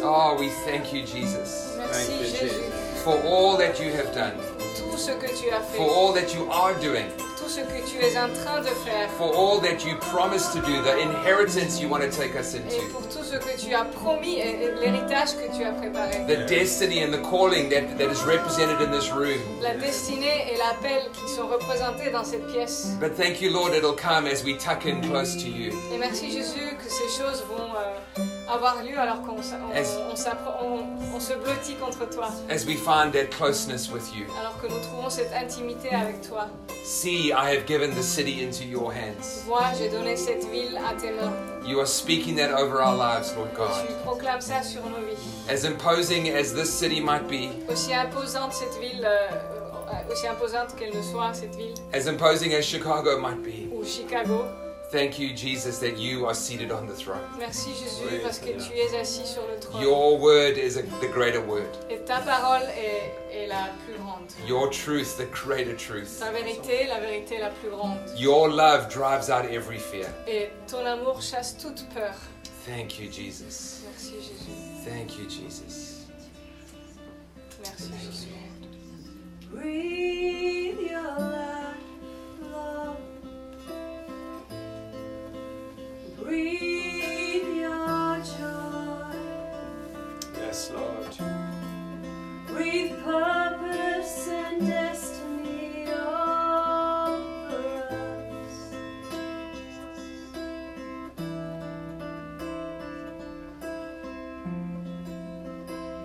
Oh, we thank you, Jesus, Merci Thank you, Jésus. for all that you have done, Tout ce que tu as fait, for all that you are doing, tout ce que tu es en train de faire for all that you promised to do, the inheritance you want to take us et into, pour tout ce que tu as promis et et l'héritage que tu as préparé. the destiny and the calling that, that is represented in this room. La destinée et l'appel qui sont représentés dans cette pièce. But thank you, Lord, it'll come as we tuck in close to you, Et merci Jésus que ces choses vont euh, avoir lieu alors qu'on s'a- on- Est-ce- on s'appro- on- on se blottit contre toi, as we find that closeness with you. alors que nous trouvons cette intimité avec toi. See, I have given the city into your hands. Moi, j'ai donné cette ville à tes mains. You are speaking that over our lives, Lord Tu God. proclames ça sur nos vies. As imposing as this city might be, Aussi imposante cette ville, euh, euh, aussi imposante qu'elle ne soit, cette ville, as imposing as Chicago might be, ou Chicago. thank you, Jesus, that you are seated on the throne. Merci Jésus Oui, parce que Seigneur. tu es assis sur le trône. Your word is a, the greater word, Et ta parole est, est la plus grande. your truth, the greater truth. Ta vérité, la vérité est la plus grande. Your love drives out every fear. Et ton amour chasse toute peur. Thank you, Jesus. Merci Jésus. Thank you, Jesus. Merci Jésus. Breathe your life, Lord. Breathe your joy. Yes, Lord. Breathe purpose and destiny over us.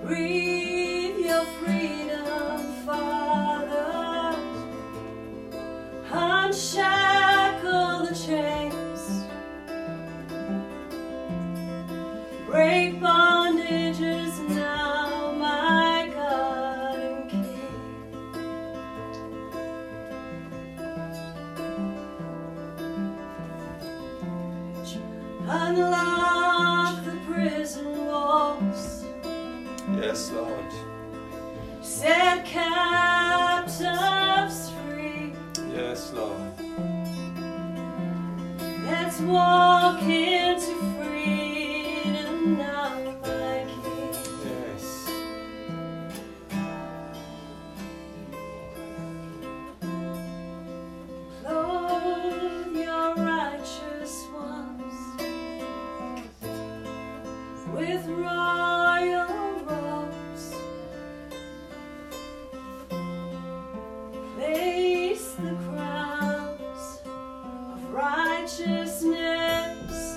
Breathe your freedom, Father. Unshackle the chains. Break bondages now, my God and King. Unlock the prison walls, Yes, Lord. set captives free. Yes, Lord. Let's walk into freedom now, my King. Yes. Clothe your righteous ones with royal robes. Place the crowns of righteousness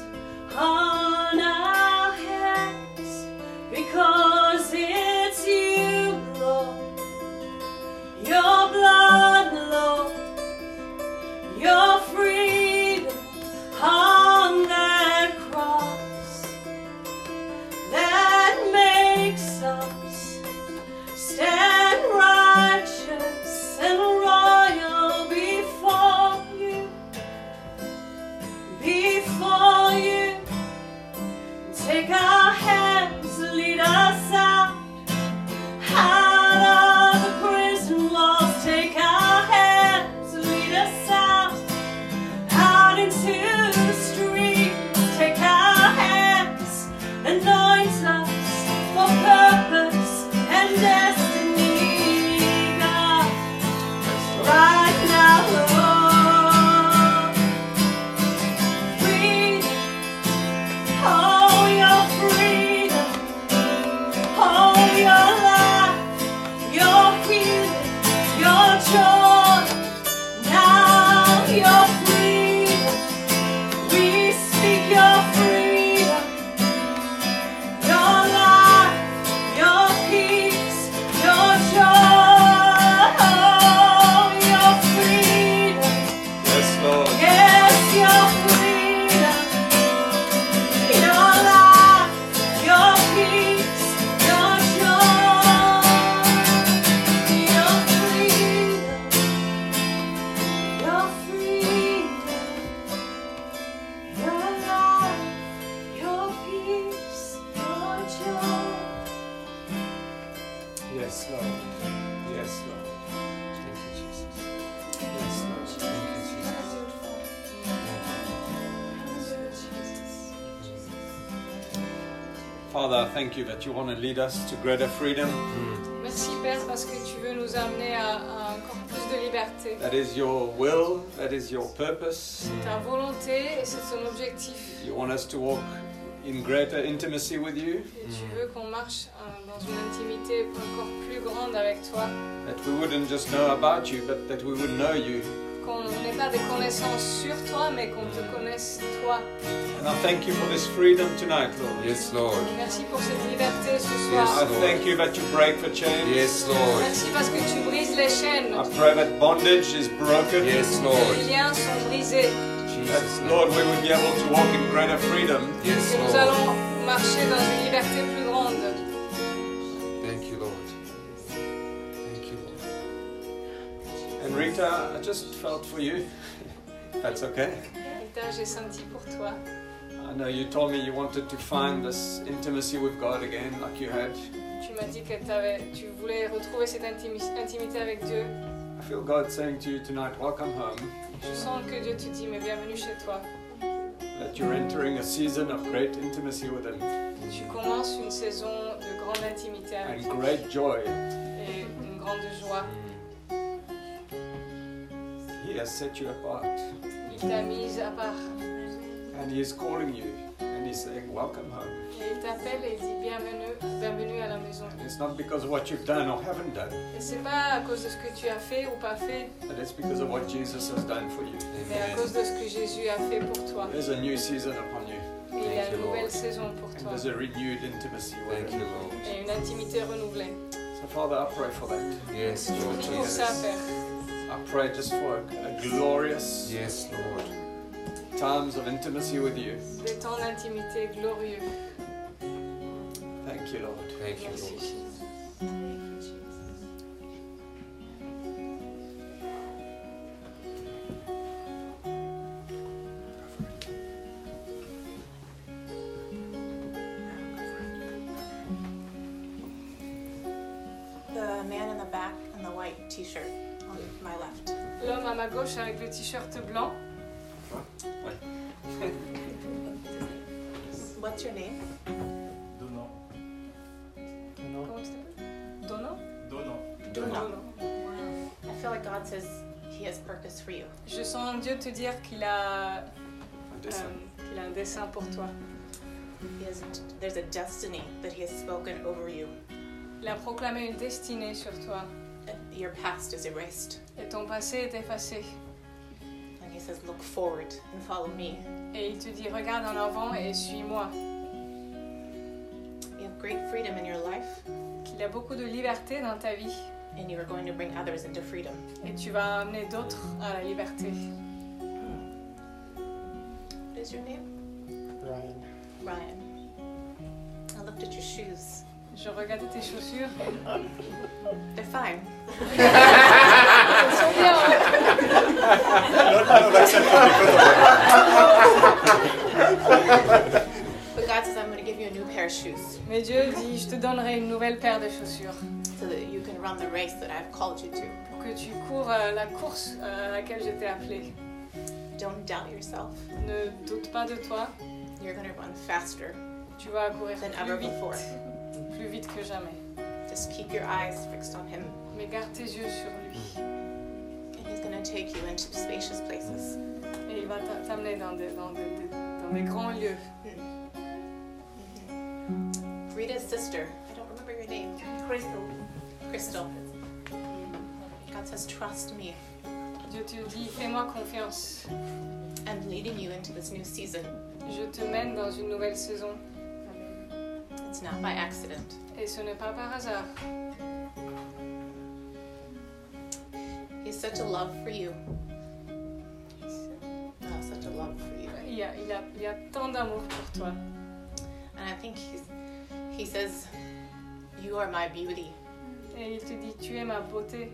on our heads because it's you, Lord, your blood, Lord your freedom on that Father, I thank you that you want to lead us to greater freedom. Hmm. Merci Père parce que tu veux nous amener à, à encore plus de liberté. That is your will, that is your purpose. Ta volonté, c'est ton objectif. You want us to walk in greater intimacy with you, Et tu veux qu'on marche euh, dans une intimité encore plus grande avec toi. that we wouldn't just know about you, but that we would know you. Qu'on n'ait pas des connaissances sur toi, mais qu'on te connaisse toi. And I thank you for this freedom tonight, Lord. Yes, Lord. Merci pour cette liberté ce I soir. Yes. thank you that you break the chains. Yes, Lord. Merci parce que tu brises les chaînes. I pray that bondage is broken. Yes, Les Lord. liens sont brisés. Jesus' That, name. Lord, we would be able to walk in greater freedom. Yes, Et nous Lord. allons marcher dans une liberté plus grande. Thank you, Lord. Thank you, Lord. And Rita, I just felt for you. That's okay. Rita, j'ai senti pour toi. I know you told me you wanted to find this intimacy with God again, like you had. Tu m'as dit que t'avais- tu voulais retrouver cette intimi- intimité avec Dieu. I feel God saying to you tonight, welcome home, Je sens que Dieu te dit, mais bienvenue chez toi. that you're entering a season of great intimacy with Him Tu commences une saison de grande intimité avec and lui great joy. et une grande joie. He has set you apart Il t'a mise à part and He is calling you and He's saying, welcome home. et il t'appelle et il dit bienvenue, bienvenue à la maison. And it's not because of what you've done or haven't done, Et c'est pas à cause de ce que tu as fait ou pas fait, but it's because of what Jesus has done for you. mais à cause de ce que Jésus a fait pour toi. There's a new season upon you Et il y a Thank you, une nouvelle Lord. saison pour and toi there's a renewed intimacy with Thank Him. you, Lord. et une intimité renouvelée. So, Father, I pray for that. Yes, Lord Prie pour ça, Jesus. Père. I pray just for a glorious Yes, Lord. times of intimacy with you. Des temps d'intimité glorieux. Thank you, Lord. Thank you, Merci, Lord. Jésus. The man in the back in the white t shirt on my left. L'homme à ma gauche avec le t-shirt blanc. What's your name? Donnant. Comment tu t'appelles Dono Donnant. Duna. Dono. I feel like God says He has purpose for you. Je sens Dieu te dire qu'il a, euh, I just qu'il a un dessein pour toi. He has, there's a destiny that He has spoken over you. Il a proclamé une destinée sur toi. Your past is erased. Et ton passé est effacé. And He says, Look forward and follow me. Et il te dit, regarde en avant et suis-moi. You have great freedom in your life, Qu'il y a beaucoup de liberté dans ta vie. and you are going to bring others into freedom. Et tu vas amener d'autres à la liberté. What is your name? Ryan. Ryan. I looked at your shoes. Je regardais tes chaussures. They're fine. Elles sont bien, hein But God says, I'm going to give you a new pair of shoes Mais Dieu dit, je te donnerai une nouvelle paire de chaussures. so that you can run the race that I've called you to. Pour que tu cours euh, la course euh, à laquelle je t'ai appelé. Don't doubt yourself. Ne doute pas de toi. You're going to run faster Tu vas courir than plus ever vite, before. plus vite que jamais. Just keep your eyes fixed on Him, Mais garde tes yeux sur lui. and He's going to take you into spacious places. Et il va t'a- t'amener dans des, dans, des, des- dans des grands lieux. Rita's Mm-hmm. sister, I don't remember your name, Crystal. Crystal. God says, Trust me. Dieu te dit, fais-moi confiance. I'm leading you into this new season. Je te mène dans une nouvelle saison. It's not by accident. Et ce n'est pas par hasard. He has such a love for you. Oh, such a love for you. Il y a, il a- il y a tant d'amour pour toi. And I think he's, He says, You are my beauty. Et il te dit, tu es ma beauté.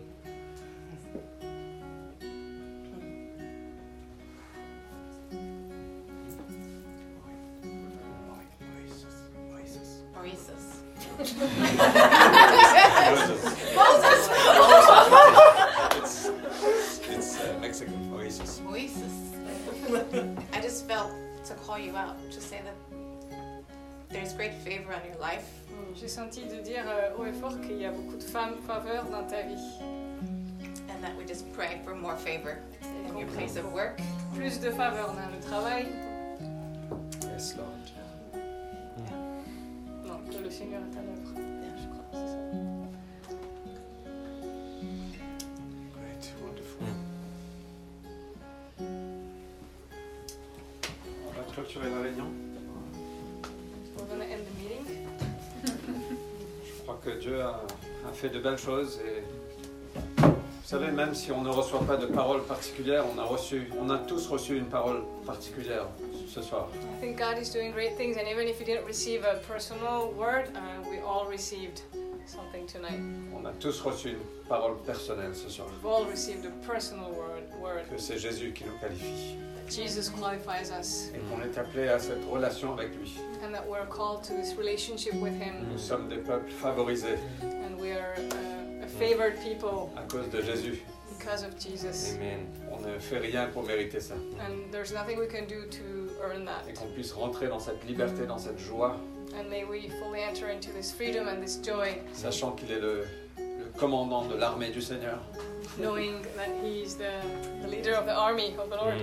Oasis. Moses. it's it's uh, Mexican Oasis. Oasis. I just felt to call you out, to say that there's great favor on your life. J'ai senti de dire euh, haut et fort qu'il y a beaucoup de femmes faveur dans ta vie. And that we just pray for more favor Et in qu'on your prie place of pour work. plus de faveur dans le travail. Yes, Lord. Non, que le Seigneur est à l'œuvre. Je crois que c'est ça. Great, wonderful. On va clôturer la réunion. We're gonna end the meeting. Je crois que Dieu a, a fait de belles choses et vous savez, même si on ne reçoit pas de parole particulière, on a reçu, on a tous reçu une parole particulière ce soir. I think God is doing great things, and even if you didn't receive a personal word, uh, we all received something tonight. On a tous reçu une parole personnelle ce soir. We've all received a personal word, word Que c'est Jésus qui nous qualifie that Jesus qualifies us, et qu'on est appelé à cette relation avec lui. and that we're called to this relationship with Him, Nous sommes des peuples favorisés and we are uh, a favored people à cause de Jésus. because of Jesus. Amen. On ne fait rien pour mériter ça. And there's nothing we can do to earn that. Et qu'on puisse rentrer dans cette liberté, dans cette joie, And may we fully enter into this freedom and this joy, sachant qu'il est le, le commandant de l'armée du Seigneur knowing that He is the, the leader of the army of the Lord,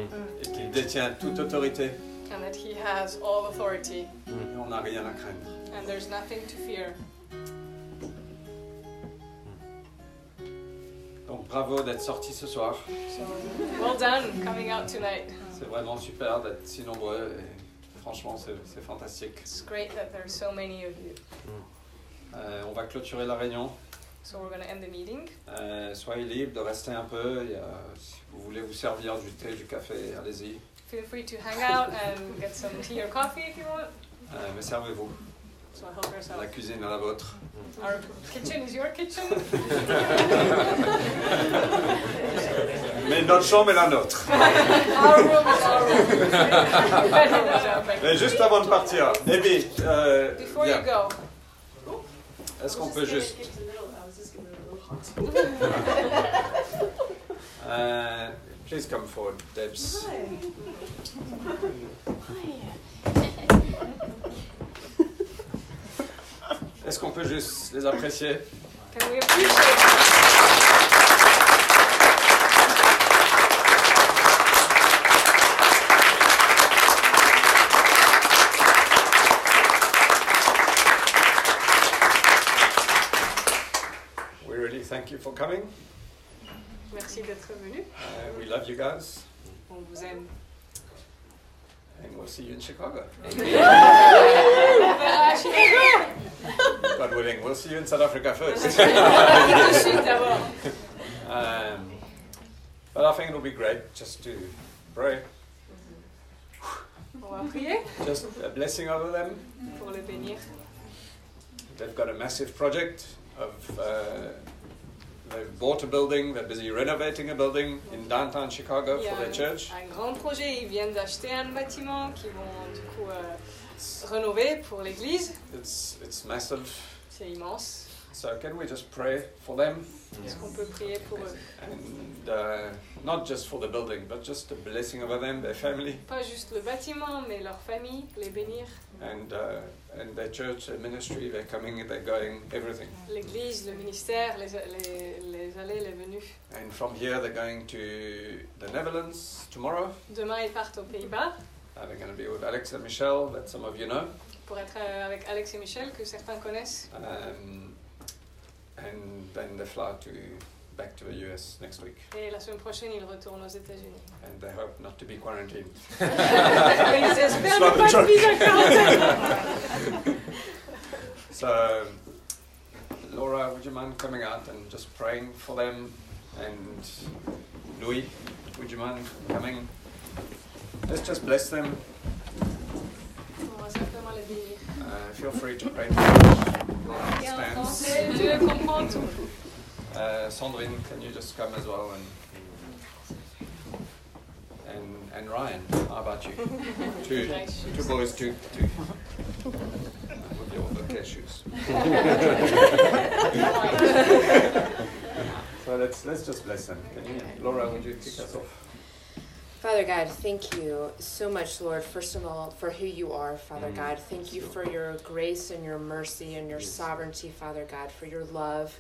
et qu'il détient toute autorité. and that He has all authority. Et on n'a rien à craindre. and there's nothing to fear. Donc bravo d'être sorti ce soir. So well done coming out tonight. C'est vraiment super d'être si nombreux. et franchement, c'est c'est fantastique. It's great that there's so many of you. Euh, on va clôturer la réunion. So we're gonna end the meeting. Euh, soyez libres de rester un peu. Il y a- si vous voulez vous servir du thé, du café, allez-y. Feel free to hang out and get some tea or coffee if you want. Euh, mais servez-vous. So help La yourself. cuisine à la vôtre. Our kitchen is your kitchen. Mais notre chambre est la nôtre. Our room is our room. Mais juste avant de partir, Debbie, euh, Before viens. you go, est-ce qu'on peut juste... Euh, please come forward, Debs. Est-ce qu'on peut juste les apprécier can we appreciate? We really thank you for coming. Merci d'être venu. Uh, we love you guys, On vous aime. and we'll see you in Chicago. Ah, je suis God willing, we'll see you in South Africa first. tout de suite d'abord. Um, but I think it'll be great just to pray, On va prier just a blessing over them. pour le bénir. They've got a massive project of. Uh, They've bought a building, they're busy renovating a building in downtown Chicago Il y a for their church. un, un grand projet. Ils viennent d'acheter un bâtiment qu'ils vont du coup euh, rénover pour l'église. It's, it's massive. C'est immense. So, can we just pray for them? Est-ce qu'on peut prier pour eux And uh, not just for the building, but just a blessing over them, their family, Pas juste le bâtiment, mais leur famille, les bénir. and uh, and their church, their ministry, they're coming, they're going, everything. L'église, le ministère, les, les, les allées, les venues. And from here, they're going to the Netherlands tomorrow. Demain, ils partent aux Pays-Bas Uh, they're going to be with Alex and Michelle, that some of you know. pour être euh, avec Alex et Michel, que certains connaissent. Um, and then they fly to back to the US next week, Et la semaine prochaine, ils retournent aux États-Unis. and they hope not to be quarantined. Mais Hmm. ils espèrent ne pas être mis à quarantaine. So, Laura, would you mind coming out and just praying for them? And Louis, would you mind coming? Let's just bless them. On va simplement les bénir. Uh, feel free to pray for them. Laura understands. Et Dieu comprend tout. Uh, Sandrine, can you just come as well? And and, and Ryan, how about you? two, two boys, two, two. With your okay shoes. so let's let's just bless them. Can you, Laura? Would you kick us off? Father God, thank you so much, Lord, first of all, for who you are, Father Mm. God. Thank you for your grace and your mercy and your Yes. sovereignty, Father God, for your love,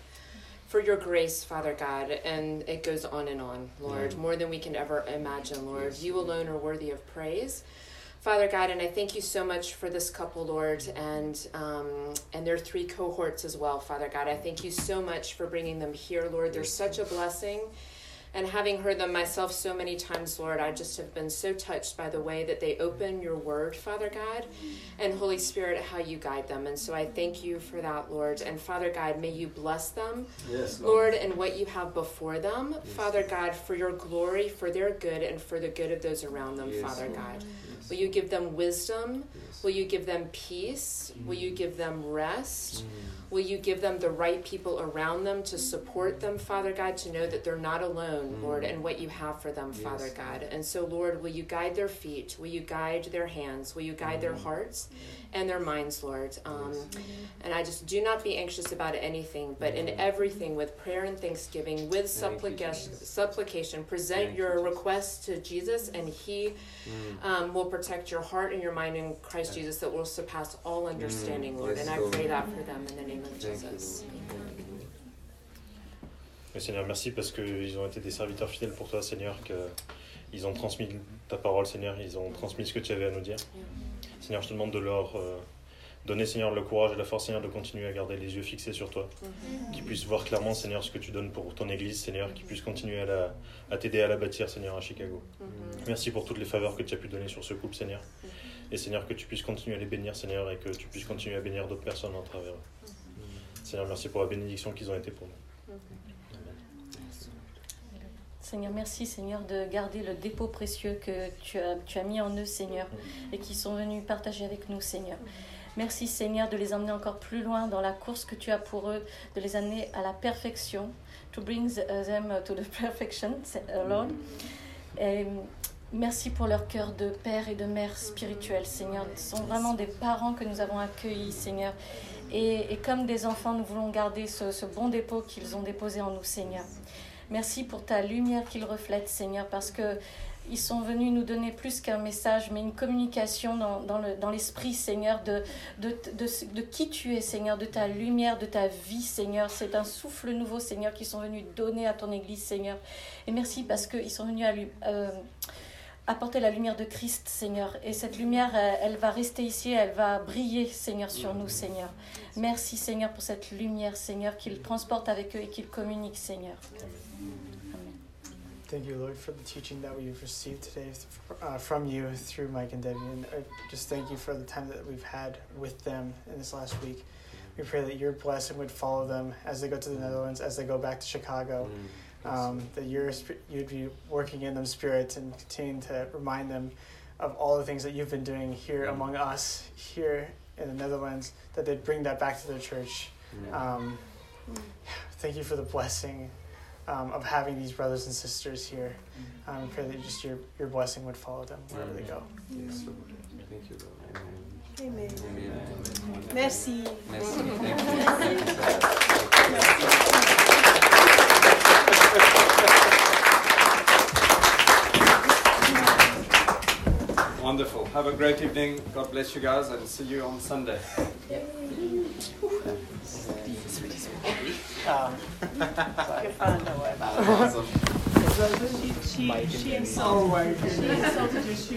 for your grace, Father God. And it goes on and on, Lord, Mm. more than we can ever imagine, Lord. Yes. You alone are worthy of praise. Father God, and I thank you so much for this couple, Lord, and um, and their three cohorts as well, Father God. I thank you so much for bringing them here, Lord. They're Yes. such a blessing. And having heard them myself so many times, Lord, I just have been so touched by the way that they open your word, Father God, and Holy Spirit, how you guide them. And so I thank you for that, Lord. And Father God, may you bless them, Yes, Lord, and what you have before them, Father God, for your glory, for their good, and for the good of those around them, Yes, Father Lord. God. Will you give them wisdom? Yes. Mm. Will you give them peace? Will you give them rest? Will you give them the right people around them to support them, Father God, to know that they're not alone, Mm. Lord, and what you have for them, Yes. Father God? And so, Lord, will you guide their feet? Will you guide their hands? Will you guide their Mm. hearts and their minds, Lord? Um, Yes. And I just do not be anxious about anything, but in Mm. everything, with prayer and thanksgiving, with Thank you, supplication, Jesus. supplication present Thank you, your Jesus. Mm. requests to Jesus, and He um, will protect your heart and your mind in Christ Jesus that will surpass all understanding, Lord. Mm. Yes, and I Lord. pray that for them in the name of Thank you, Jesus. Lord. Thank you, Lord. Mais Seigneur, merci parce qu'ils ont été des serviteurs fidèles pour toi, Seigneur, qu'ils ont transmis ta parole, Seigneur, ils ont transmis ce que tu avais à nous dire. Yeah. Seigneur, je te demande de leur euh, donner, Seigneur, le courage et la force, Seigneur, de continuer à garder les yeux fixés sur toi. Qu'ils puissent voir clairement, Seigneur, ce que tu donnes pour ton Église, Seigneur, qu'ils puissent continuer à, la- à t'aider à la bâtir, Seigneur, à Chicago. Mhm. Merci pour toutes les faveurs que tu as pu donner sur ce couple, Seigneur. Et Seigneur, que tu puisses continuer à les bénir, Seigneur, et que tu puisses continuer à bénir d'autres personnes à travers eux. Seigneur, merci pour la bénédiction qu'ils ont été pour nous. Amen. Seigneur, merci Seigneur de garder le dépôt précieux que tu as, tu as mis en eux, Seigneur, et qui sont venus partager avec nous, Seigneur. Merci Seigneur de les emmener encore plus loin dans la course que tu as pour eux, de les amener à la perfection. To bring the- uh, them to the perfection, uh, Lord. Et merci pour leur cœur de père et de mère spirituelle, Seigneur. Ils sont vraiment des parents que nous avons accueillis, Seigneur. Et, et comme des enfants, nous voulons garder ce, ce bon dépôt qu'ils ont déposé en nous, Seigneur. Merci pour ta lumière qu'ils reflètent, Seigneur, parce que ils sont venus nous donner plus qu'un message, mais une communication dans, dans le- dans l'esprit, Seigneur, de, de, de- de qui tu es, Seigneur, de ta lumière, de ta vie, Seigneur. C'est un souffle nouveau, Seigneur, qu'ils sont venus donner à ton Église, Seigneur. Et merci parce qu'ils sont venus à lui- euh, apporter la lumière de Christ, Seigneur. Et cette lumière, elle, elle va rester ici, elle va briller, Seigneur, sur nous, Seigneur. Merci, Seigneur, pour cette lumière, Seigneur, qu'ils transportent avec eux et qu'ils communiquent, Seigneur. Amen. Thank you, Lord, for the teaching that we've received today f- uh, from you through Mike and Debbie. And I just thank you for the time that we've had with them in this last week. We pray that your blessing would follow them as they go to the Netherlands, as they go back to Chicago, um, that your, sp- you'd be working in them spirit and continue to remind them of all the things that you've been doing here Mm. among us, here in the Netherlands, that they'd bring that back to their church um, thank you for the blessing um, of having these brothers and sisters here. Um, I pray that just your, your blessing would follow them wherever they go. Yes, Lord. Thank you, Lord. Amen. Amen. Amen. Merci. Merci. Thank you. Thank you so much. Wonderful. Have a great evening. God bless you guys and see you on Sunday. Um, Your fun, don't worry about it. She, she, she insulted you. She insulted you. She